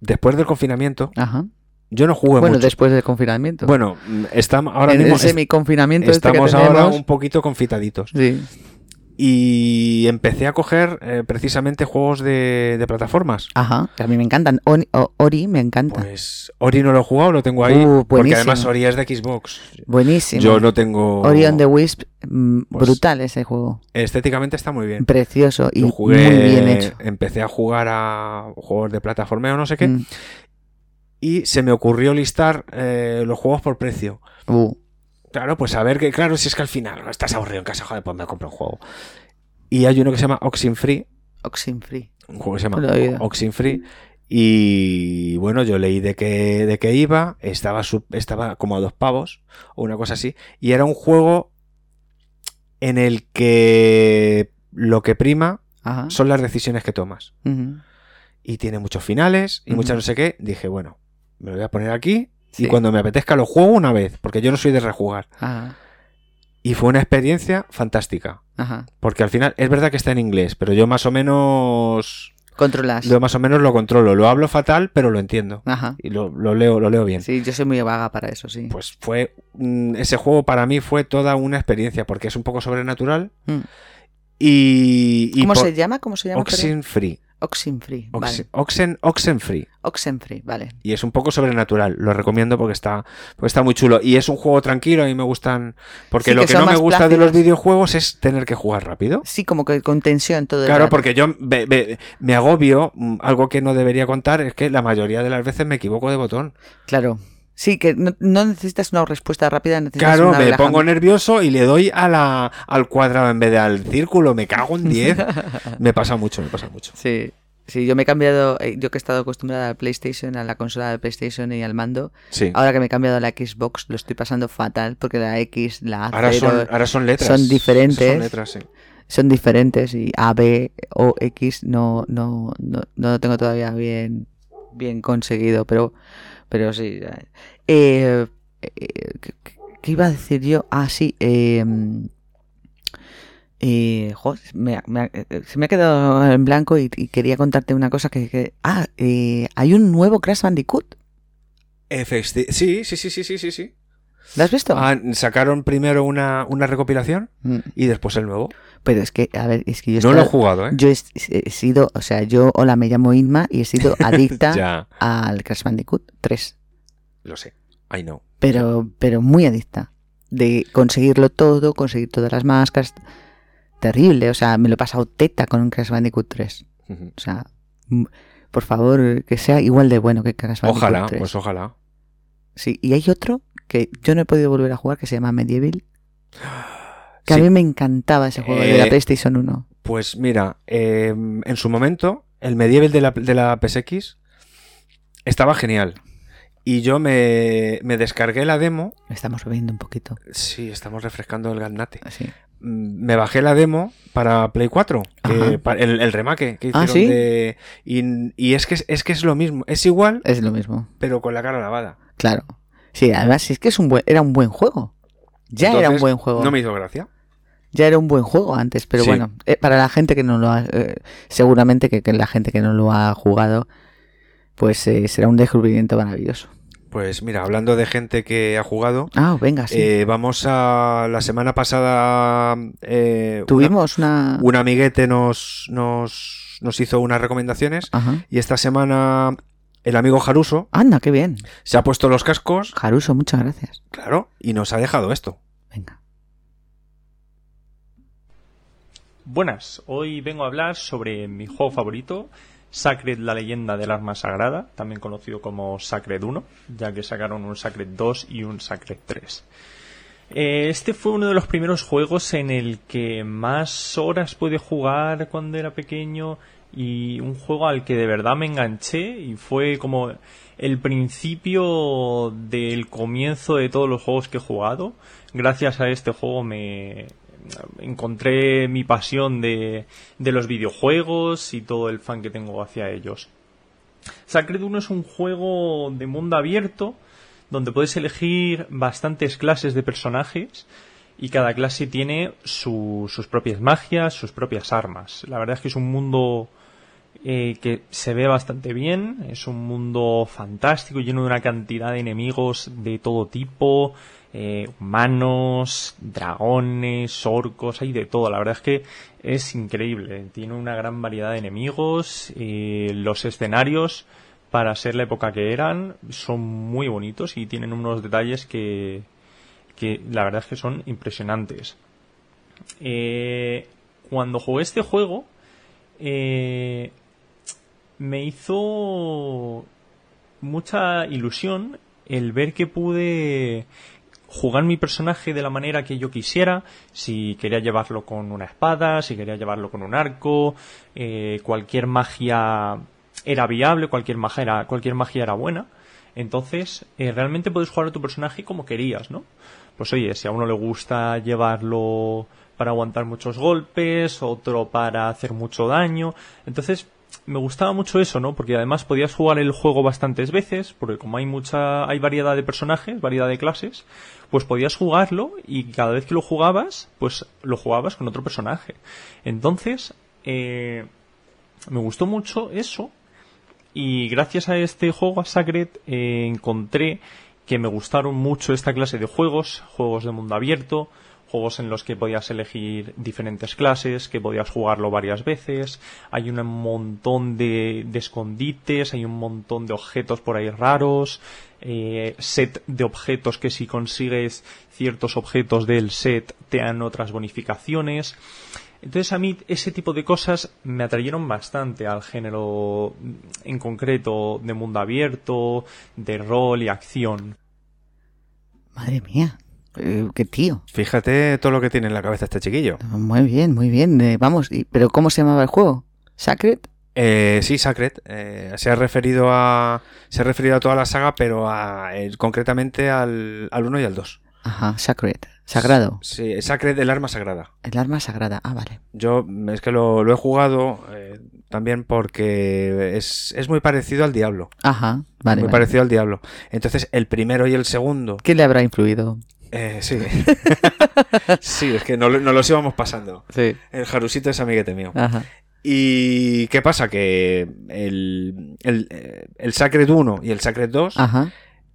Speaker 2: después del confinamiento,
Speaker 3: Ajá.
Speaker 2: yo no jugué
Speaker 3: Bueno,
Speaker 2: Pues mucho.
Speaker 3: después del confinamiento.
Speaker 2: Bueno, mm, estamos ahora
Speaker 3: en
Speaker 2: mismo
Speaker 3: el
Speaker 2: est-
Speaker 3: semiconfinamiento este que
Speaker 2: estamos ahora
Speaker 3: tenemos-
Speaker 2: un poquito confitaditos.
Speaker 3: Sí.
Speaker 2: Y empecé a coger eh, precisamente juegos de, de plataformas.
Speaker 3: Ajá. que A mí me encantan. Oni- o- Ori me encanta.
Speaker 2: Pues Ori no lo he jugado, lo tengo ahí.
Speaker 3: Uh,
Speaker 2: porque
Speaker 3: buenísimo.
Speaker 2: además Ori es de Xbox.
Speaker 3: Buenísimo.
Speaker 2: Yo no tengo.
Speaker 3: Ori on the Wisp, mm,
Speaker 2: Pues-
Speaker 3: brutal ese juego.
Speaker 2: Estéticamente está muy bien.
Speaker 3: Precioso y
Speaker 2: Lo jugué,
Speaker 3: muy bien hecho.
Speaker 2: empecé a jugar a juegos de plataforma o no sé qué,
Speaker 3: Mm.
Speaker 2: y se me ocurrió listar eh, los juegos por precio.
Speaker 3: Uh,
Speaker 2: Claro, pues a ver que, claro, si es que al final "Oh, estás aburrido en casa, joder, pues me compro un juego. Y hay uno que se llama Oxenfree,
Speaker 3: Oxenfree.
Speaker 2: un juego que se
Speaker 3: Lo he oído.
Speaker 2: llama Oxenfree. Y bueno, yo leí de qué, de qué iba, estaba, sub- estaba como a dos pavos o una cosa así. Y era un juego en el que lo que prima
Speaker 3: Ajá.
Speaker 2: son las decisiones que tomas.
Speaker 3: Ujú.
Speaker 2: Y tiene muchos finales y
Speaker 3: Ujú.
Speaker 2: muchas no sé qué. Dije, bueno, me lo voy a poner aquí
Speaker 3: Sí.
Speaker 2: y cuando me apetezca lo juego una vez, porque yo no soy de rejugar.
Speaker 3: Ajá.
Speaker 2: Y fue una experiencia fantástica.
Speaker 3: Ajá.
Speaker 2: Porque al final, es verdad que está en inglés, pero yo más o menos.
Speaker 3: Controlas.
Speaker 2: Yo más o menos lo controlo. Lo hablo fatal, pero lo entiendo.
Speaker 3: Ajá.
Speaker 2: Y lo, lo leo, lo leo bien.
Speaker 3: Sí, yo soy muy vaga para eso, sí.
Speaker 2: Pues fue. mm, Ese juego para mí fue toda una experiencia, porque es un poco sobrenatural.
Speaker 3: Mm.
Speaker 2: Y. y
Speaker 3: ¿Cómo
Speaker 2: por-
Speaker 3: se llama? ¿Cómo se llama? perdón?
Speaker 2: Oxenfree.
Speaker 3: Oxenfree.
Speaker 2: Oxen,
Speaker 3: Vale.
Speaker 2: Oxen, Oxenfree.
Speaker 3: Oxenfree, vale.
Speaker 2: Y es un poco sobrenatural. Lo recomiendo porque está, porque está muy chulo. Y es un juego tranquilo. A mí me gustan. Porque
Speaker 3: Sí,
Speaker 2: lo
Speaker 3: que
Speaker 2: que
Speaker 3: son
Speaker 2: no me
Speaker 3: más
Speaker 2: gusta de los
Speaker 3: plácidos.
Speaker 2: videojuegos es tener que jugar rápido.
Speaker 3: Sí, como que con tensión todo el
Speaker 2: Claro,
Speaker 3: rato.
Speaker 2: porque yo me, me- me agobio. mm, Algo que no debería contar es que la mayoría de las veces me equivoco de botón.
Speaker 3: Claro. Sí, que no, no necesitas una respuesta rápida, necesitas
Speaker 2: Claro,
Speaker 3: una
Speaker 2: me
Speaker 3: relajante.
Speaker 2: pongo nervioso y le doy a la, al cuadrado en vez de al círculo. Me cago en
Speaker 3: <laughs>
Speaker 2: 10. me pasa mucho, me pasa mucho.
Speaker 3: Sí, sí, yo me he cambiado, eh, yo que he estado acostumbrada a PlayStation, a la consola de PlayStation y al mando,
Speaker 2: Sí.
Speaker 3: ahora que me he cambiado a la Xbox lo estoy pasando fatal porque la X, la A,
Speaker 2: Ahora
Speaker 3: cero,
Speaker 2: son, ahora son letras.
Speaker 3: son diferentes.
Speaker 2: Son letras, sí.
Speaker 3: son diferentes y A, B o X no, no, no, no lo tengo todavía bien, bien conseguido, pero, pero sí. ya. Eh, eh, ¿qué, qué- qué iba a decir yo? Ah, sí. Eh, eh, jo, me ha- me ha- eh, se me ha quedado en blanco y, y quería contarte una cosa que... que- ah, eh, hay un nuevo Crash Bandicoot.
Speaker 2: Efecti- Sí, sí, sí, sí, sí, sí, sí.
Speaker 3: ¿Lo has visto?
Speaker 2: Ah, sacaron primero una, una recopilación
Speaker 3: Mm,
Speaker 2: y después el nuevo.
Speaker 3: Pero es que, a ver, es que yo he
Speaker 2: No lo he
Speaker 3: estado-
Speaker 2: jugado, ¿eh?
Speaker 3: Yo he, he sido, o sea, yo, hola, me llamo Inma y he sido adicta
Speaker 2: <laughs> Ya,
Speaker 3: al Crash Bandicoot 3.
Speaker 2: lo sé. I know.
Speaker 3: Pero, pero muy adicta. De conseguirlo todo, conseguir todas las máscaras. Terrible, o sea, me lo he pasado teta con un Crash Bandicoot 3.
Speaker 2: Ujú.
Speaker 3: O sea, m- por favor, que sea igual de bueno que Crash Bandicoot
Speaker 2: Ojalá,
Speaker 3: 3.
Speaker 2: pues ojalá.
Speaker 3: Sí, y hay otro que yo no he podido volver a jugar que se llama Medieval. Que
Speaker 2: Sí.
Speaker 3: a mí me encantaba ese juego de la
Speaker 2: Eh,
Speaker 3: PlayStation 1.
Speaker 2: Pues mira, eh, en su momento, el medieval de la, de la PSX estaba genial. Y yo me, me descargué la demo.
Speaker 3: Estamos bebiendo un poquito.
Speaker 2: Sí, estamos refrescando el gaznate.
Speaker 3: Así.
Speaker 2: Mm, Me bajé la demo para Play 4, que
Speaker 3: Ajá.
Speaker 2: pa- el, el remake que
Speaker 3: Ah,
Speaker 2: hicieron
Speaker 3: ¿sí?
Speaker 2: de- Y, y es, que, es- es que es lo mismo. Es igual,
Speaker 3: Es lo mismo.
Speaker 2: pero con la cara lavada.
Speaker 3: Claro. Sí, además es que es un buen, era un buen juego. Ya era un
Speaker 2: Entonces,
Speaker 3: buen juego.
Speaker 2: No me hizo gracia.
Speaker 3: Ya era un buen juego antes, pero
Speaker 2: Sí.
Speaker 3: bueno, eh, para la gente que no lo ha... eh, seguramente que, que la gente que no lo ha jugado, pues eh, será un descubrimiento maravilloso.
Speaker 2: Pues mira, hablando de gente que ha jugado,
Speaker 3: Ah, venga, sí.
Speaker 2: eh, vamos a. La semana pasada. eh,
Speaker 3: Tuvimos una...
Speaker 2: una- un amiguete nos, nos, nos hizo unas recomendaciones.
Speaker 3: Ajá.
Speaker 2: Y esta semana, el amigo Jaruso
Speaker 3: Anda, qué bien.
Speaker 2: se ha puesto los cascos,
Speaker 3: Caruso, muchas gracias.
Speaker 2: claro, y nos ha dejado esto.
Speaker 3: Venga.
Speaker 7: Buenas, hoy vengo a hablar sobre mi juego favorito, Sacred la leyenda del arma sagrada, también conocido como Sacred 1, ya que sacaron un Sacred 2 y un Sacred 3. Eh, Este fue uno de los primeros juegos en el que más horas pude jugar cuando era pequeño y un juego al que de verdad me enganché y fue como el principio del comienzo de todos los juegos que he jugado. Gracias a este juego me encontré mi pasión de, de los videojuegos y todo el fan que tengo hacia ellos. Sacred 1 es un juego de mundo abierto donde puedes elegir bastantes clases de personajes y cada clase tiene su- sus propias magias, sus propias armas. La verdad es que es un mundo eh, que se ve bastante bien, es un mundo fantástico lleno de una cantidad de enemigos de todo tipo, eh, humanos, dragones, orcos, hay de todo. La verdad es que es increíble, tiene una gran variedad de enemigos, eh, los escenarios para ser la época que eran son muy bonitos y tienen unos detalles que, que la verdad es que son impresionantes. Eh, cuando jugué este juego, eh, me hizo mucha ilusión el ver que pude jugar mi personaje de la manera que yo quisiera, si quería llevarlo con una espada, si quería llevarlo con un arco, eh, cualquier magia era viable, cualquier magia era, cualquier magia era buena. Entonces, eh, realmente puedes jugar a tu personaje como querías, ¿no? Pues oye, si a uno le gusta llevarlo para aguantar muchos golpes, otro para hacer mucho daño. Entonces, me gustaba mucho eso, ¿no? Porque además podías jugar el juego bastantes veces, porque como hay mucha, hay variedad de personajes, variedad de clases, pues podías jugarlo y cada vez que lo jugabas, pues lo jugabas con otro personaje. Entonces, eh, me gustó mucho eso y gracias a este juego, a Sacred, eh, encontré que me gustaron mucho esta clase de juegos, juegos de mundo abierto, juegos en los que podías elegir diferentes clases, que podías jugarlo varias veces, hay un montón de, de escondites, hay un montón de objetos por ahí raros, eh, set de objetos que si consigues ciertos objetos del set te dan otras bonificaciones. Entonces a mí ese tipo de cosas me atrayeron bastante al género mm, en concreto de mundo abierto, de rol y acción.
Speaker 3: Madre mía, eh, qué tío.
Speaker 2: Fíjate todo lo que tiene en la cabeza este chiquillo.
Speaker 3: Muy bien, muy bien. eh, vamos, y- pero ¿cómo se llamaba el juego? ¿Sacred?
Speaker 2: Eh, sí, Sacred. eh, se ha referido a. Se ha referido a toda la saga, pero a, eh, concretamente al, al 1 y al 2.
Speaker 3: Ajá, Sacred. Sagrado.
Speaker 2: Sí, Sacred, el arma sagrada.
Speaker 3: El arma sagrada. Ah, vale.
Speaker 2: Yo mm, es que lo, lo he jugado eh, también porque es, es muy parecido al Diablo.
Speaker 3: Ajá, vale.
Speaker 2: muy
Speaker 3: vale.
Speaker 2: parecido al Diablo. Entonces, el primero y el segundo.
Speaker 3: ¿Qué le habrá influido?
Speaker 2: eh, sí. sí, es que no, lo- nos los íbamos pasando.
Speaker 3: Sí.
Speaker 2: El Jarusito es amiguete mío.
Speaker 3: Ajá.
Speaker 2: ¿Y qué pasa? Que el, el, eh, el Sacred 1 y el Sacred 2
Speaker 3: Ajá.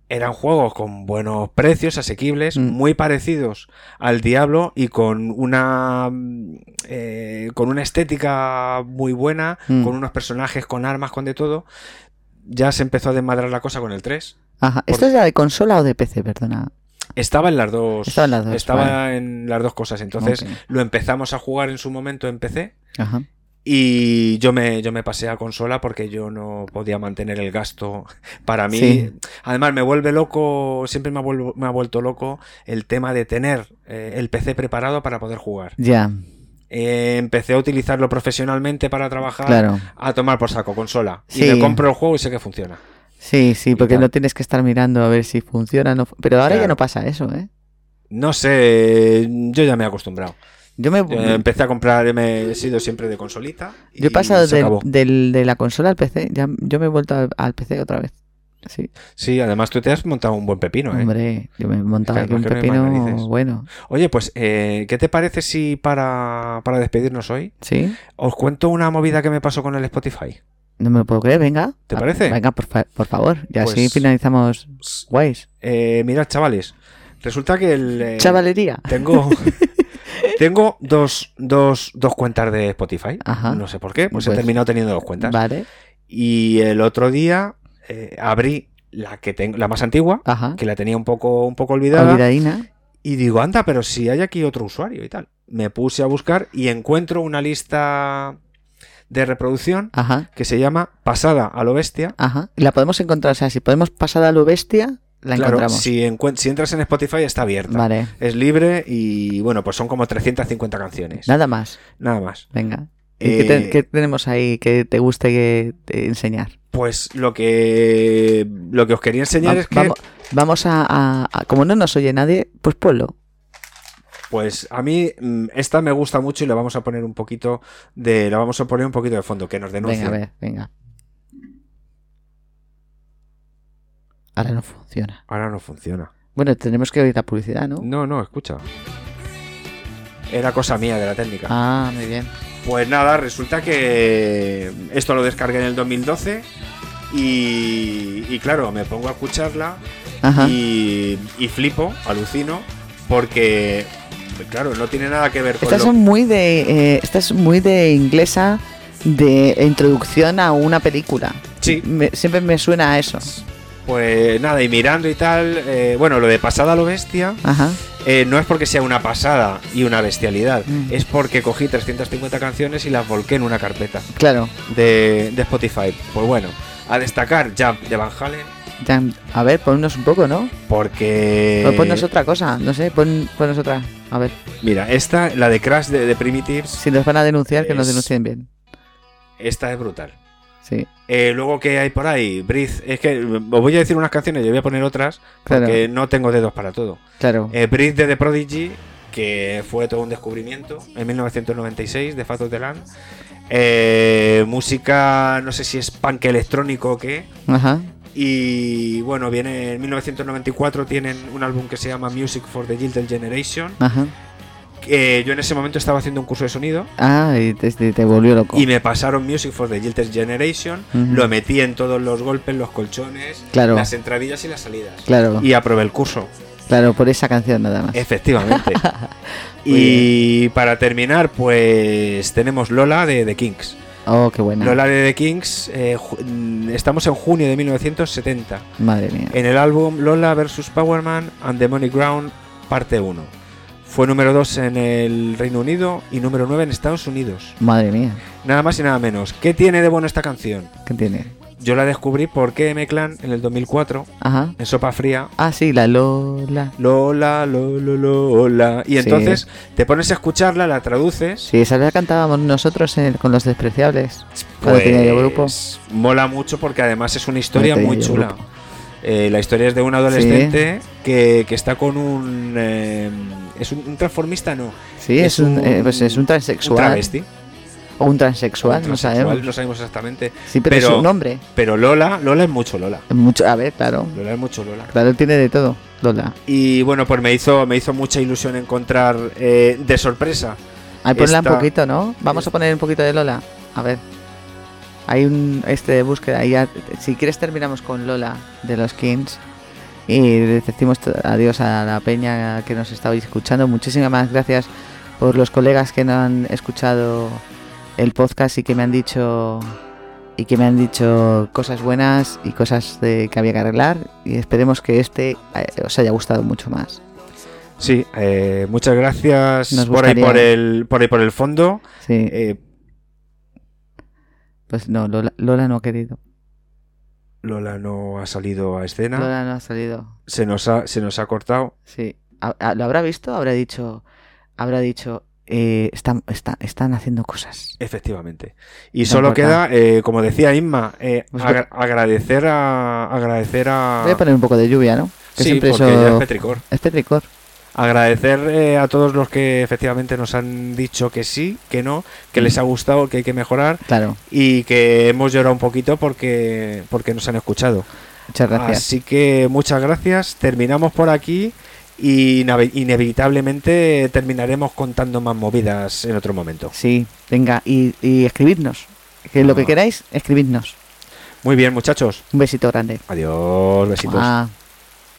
Speaker 2: eran juegos con buenos precios, asequibles,
Speaker 3: Mm.
Speaker 2: muy parecidos al Diablo y con una mm, eh, con una estética muy buena,
Speaker 3: Mm.
Speaker 2: con unos personajes, con armas, con de todo. Ya se empezó a desmadrar la cosa con el 3.
Speaker 3: Ajá. ¿Esto era de consola o de PC? Perdona.
Speaker 2: Estaba en las dos.
Speaker 3: Estaba en las dos,
Speaker 2: estaba
Speaker 3: vale.
Speaker 2: en las dos cosas. Entonces
Speaker 3: Ok.
Speaker 2: lo empezamos a jugar en su momento en PC.
Speaker 3: Ajá.
Speaker 2: Y yo me, yo me pasé a consola porque yo no podía mantener el gasto. <laughs> Para mí,
Speaker 3: Sí.
Speaker 2: además, me vuelve loco, siempre me ha, vuelvo- me ha vuelto loco el tema de tener eh, el PC preparado para poder jugar.
Speaker 3: Ya,
Speaker 2: Eh, empecé a utilizarlo profesionalmente para trabajar,
Speaker 3: claro.
Speaker 2: a tomar por saco consola.
Speaker 3: Sí.
Speaker 2: Y me compro el juego y sé que funciona.
Speaker 3: Sí, sí, porque
Speaker 2: tal.
Speaker 3: no tienes que estar mirando a ver si funciona o no. fu- Pero ahora ya
Speaker 2: Claro.
Speaker 3: no pasa eso, ¿eh?
Speaker 2: No sé, yo ya me he acostumbrado.
Speaker 3: Yo me.
Speaker 2: Yo empecé a comprar, me he sido siempre de consolita. y
Speaker 3: Yo he pasado
Speaker 2: se
Speaker 3: del-
Speaker 2: acabó.
Speaker 3: del- de la consola al PC. Ya, yo me he vuelto al, al PC otra vez. Sí,
Speaker 2: Sí, además tú te has montado un buen pepino, ¿eh?
Speaker 3: hombre. Yo me he montado
Speaker 2: Es
Speaker 3: aquí
Speaker 2: que
Speaker 3: un
Speaker 2: además que no hay más
Speaker 3: pepino
Speaker 2: narices.
Speaker 3: bueno.
Speaker 2: Oye, pues, eh, ¿qué te parece si para, para despedirnos hoy
Speaker 3: Sí,
Speaker 2: os cuento una movida que me pasó con el Spotify?
Speaker 3: no me lo puedo creer. Venga.
Speaker 2: ¿Te
Speaker 3: Ah,
Speaker 2: parece?
Speaker 3: Venga, por, fa- por favor. Y así
Speaker 2: Pues-
Speaker 3: finalizamos. Guays.
Speaker 2: Eh, mirad, chavales, resulta que el... eh,
Speaker 3: Chavalería.
Speaker 2: Tengo, tengo dos, dos, dos cuentas de Spotify.
Speaker 3: Ajá.
Speaker 2: No sé por qué, pues,
Speaker 3: Pues-
Speaker 2: he terminado teniendo dos cuentas.
Speaker 3: Vale.
Speaker 2: Y el otro día eh, abrí la que tengo, la más antigua,
Speaker 3: Ajá.
Speaker 2: que la tenía un poco, un poco olvidada.
Speaker 3: Olvidadina.
Speaker 2: Y digo, anda, pero si hay aquí otro usuario y tal. Me puse a buscar y encuentro una lista de reproducción
Speaker 3: Ajá.
Speaker 2: que se llama Pasada a lo Bestia.
Speaker 3: Ajá. La podemos encontrar. O sea, si podemos pasar a lo bestia, la
Speaker 2: claro,
Speaker 3: encontramos.
Speaker 2: si, encuen- si entras en Spotify está abierta.
Speaker 3: Vale.
Speaker 2: Es libre y bueno, pues son como 350 canciones.
Speaker 3: Nada más.
Speaker 2: Nada más.
Speaker 3: Venga. ¿Y qué, te-
Speaker 2: Eh,
Speaker 3: qué tenemos ahí que te guste que te enseñar?
Speaker 2: Pues lo que lo que os quería enseñar
Speaker 3: Va-
Speaker 2: es que
Speaker 3: vamos, vamos a, a- a- Como no nos oye nadie, pues ponlo.
Speaker 2: pues a mí mm, esta me gusta mucho y le vamos a poner un poquito de la vamos a poner un poquito de fondo que nos denuncie.
Speaker 3: Venga, a ver, venga. Ahora no funciona.
Speaker 2: Ahora no funciona.
Speaker 3: Bueno, tenemos que oír la publicidad, ¿no?
Speaker 2: No, no, escucha. Era cosa mía de la técnica.
Speaker 3: Ah, muy bien.
Speaker 2: Pues nada, resulta que esto lo descargué en el 2012 y, y claro, me pongo a escucharla
Speaker 3: Ajá.
Speaker 2: y, y flipo, alucino, porque pues claro, no tiene nada que ver con Pues
Speaker 3: Estas
Speaker 2: lo-
Speaker 3: son muy de. eh, esta es muy de inglesa de introducción a una película.
Speaker 2: Sí.
Speaker 3: Me- siempre me suena a eso.
Speaker 2: Pues nada, y mirando y tal, eh, bueno, lo de pasada a lo bestia,
Speaker 3: Ajá.
Speaker 2: eh, no es porque sea una pasada y una bestialidad,
Speaker 3: Mm.
Speaker 2: es porque cogí 350 canciones y las volqué en una carpeta.
Speaker 3: Claro.
Speaker 2: de, de Spotify. Pues bueno, a destacar Jump de Van Halen,
Speaker 3: Ya, a ver, ponnos un poco, ¿no?
Speaker 2: porque.
Speaker 3: Pues ponnos otra cosa, no sé, pon, ponnos otra. A ver,
Speaker 2: Mira, esta, la de Crash de, de Primitives,
Speaker 3: si nos van a denunciar, que nos
Speaker 2: Es-
Speaker 3: denuncien bien.
Speaker 2: esta es brutal.
Speaker 3: Sí,
Speaker 2: Eh, luego, que hay por ahí? Breathe. Es que os voy a decir unas canciones y os voy a poner otras,
Speaker 3: Claro.
Speaker 2: porque no tengo dedos para todo.
Speaker 3: claro.
Speaker 2: Eh, Breathe de The Prodigy, que fue todo un descubrimiento en 1996 de Fat of the Land. Eh, música, no sé si es punk electrónico o qué.
Speaker 3: Ajá.
Speaker 2: Y bueno, viene en 1994 tienen un álbum que se llama Music for the Gilded Generation.
Speaker 3: Ajá.
Speaker 2: que yo en ese momento estaba haciendo un curso de sonido
Speaker 3: Ah, y te, te- te volvió loco.
Speaker 2: y me pasaron Music for the Gilded Generation.
Speaker 3: Ujú.
Speaker 2: Lo metí en todos los golpes, los colchones,
Speaker 3: Claro.
Speaker 2: las entradillas y las salidas.
Speaker 3: Claro,
Speaker 2: Y eh, aprobé el
Speaker 3: <laughs>
Speaker 2: curso,
Speaker 3: claro, por esa canción nada más.
Speaker 2: efectivamente. y para terminar, pues tenemos Lola de The Kings.
Speaker 3: Oh, qué buena.
Speaker 2: Lola de The Kings, eh, ju- mm, estamos en junio de 1970.
Speaker 3: Madre mía.
Speaker 2: en el álbum Lola vs Powerman and the Money Ground parte 1. Fue número 2 en el Reino Unido y número 9 en Estados Unidos.
Speaker 3: Madre mía.
Speaker 2: Nada más y nada menos. ¿Qué tiene de bueno esta canción?
Speaker 3: ¿Qué tiene?
Speaker 2: Yo la descubrí porque M-Clan en el 2004,
Speaker 3: Ajá.
Speaker 2: en Sopa Fría,
Speaker 3: Ah, sí, la Lola.
Speaker 2: Lola, Lolo, Lola. Y
Speaker 3: Sí.
Speaker 2: entonces te pones a escucharla, la traduces.
Speaker 3: Sí, esa la cantábamos nosotros en- con los despreciables. Cuando tenía yo grupo.
Speaker 2: pues, Mola mucho porque además es una historia
Speaker 3: Cuando
Speaker 2: muy
Speaker 3: tenía yo
Speaker 2: chula.
Speaker 3: grupo.
Speaker 2: Eh, la historia es de un adolescente que, que está con un. eh, es un, un transformista, no.
Speaker 3: Sí, es, un, eh, pues es un transexual.
Speaker 2: Un travesti.
Speaker 3: o un transexual,
Speaker 2: Un
Speaker 3: no
Speaker 2: transexual,
Speaker 3: sabemos.
Speaker 2: No sabemos exactamente.
Speaker 3: Sí, pero, es
Speaker 2: Pero-
Speaker 3: un nombre.
Speaker 2: Pero Lola, Lola es mucho Lola.
Speaker 3: Mucho, a ver, claro.
Speaker 2: Lola es mucho Lola.
Speaker 3: Claro, tiene de todo, Lola.
Speaker 2: Y bueno, pues me hizo, me hizo mucha ilusión encontrar eh, de sorpresa.
Speaker 3: Ahí ponla
Speaker 2: Esta-
Speaker 3: un poquito, ¿no? Vamos a poner un poquito de Lola. A ver. Hay un este de búsqueda. y Ya, si quieres terminamos con Lola de los Kings. Y le decimos to- adiós a la peña que nos estabais escuchando. Muchísimas gracias por los colegas que no han escuchado el podcast y que me han dicho y que me han dicho cosas buenas y cosas de- que había que arreglar y esperemos que este eh, os haya gustado mucho más.
Speaker 2: Sí, eh, muchas gracias
Speaker 3: Nos
Speaker 2: por ahí
Speaker 3: gustaría-
Speaker 2: por el, por ahí por el fondo.
Speaker 3: Sí,
Speaker 2: Eh,
Speaker 3: pues no, Lola, Lola no ha querido.
Speaker 2: Lola no ha salido a escena.
Speaker 3: Lola no ha salido.
Speaker 2: Se nos ha, se nos ha cortado.
Speaker 3: Sí. A- a- ¿Lo habrá visto? Habrá dicho. Habrá dicho. eh, están, está- están haciendo cosas.
Speaker 2: Efectivamente. Y
Speaker 3: No
Speaker 2: solo
Speaker 3: importa.
Speaker 2: queda, eh, como decía Inma, eh,
Speaker 3: Pues
Speaker 2: agra- agradecer a agradecer a
Speaker 3: Voy a poner un poco de lluvia, ¿no? Que
Speaker 2: Ah. sí,
Speaker 3: siempre
Speaker 2: porque
Speaker 3: eso.
Speaker 2: ya es petricor.
Speaker 3: Es petricor.
Speaker 2: Agradecer eh, a todos los que efectivamente nos han dicho que sí, que no,
Speaker 3: Mm.
Speaker 2: que les ha gustado, que hay que mejorar
Speaker 3: Claro.
Speaker 2: y que hemos llorado un poquito porque porque nos han escuchado.
Speaker 3: Muchas gracias.
Speaker 2: Así que muchas gracias. Terminamos por aquí y inave- inevitablemente terminaremos contando más movidas en otro momento.
Speaker 3: Sí. Venga, y, y escribidnos. Que lo que
Speaker 2: Ah.
Speaker 3: queráis, escribidnos.
Speaker 2: Muy bien, muchachos.
Speaker 3: Un besito grande.
Speaker 2: Adiós, besitos.
Speaker 3: Ah.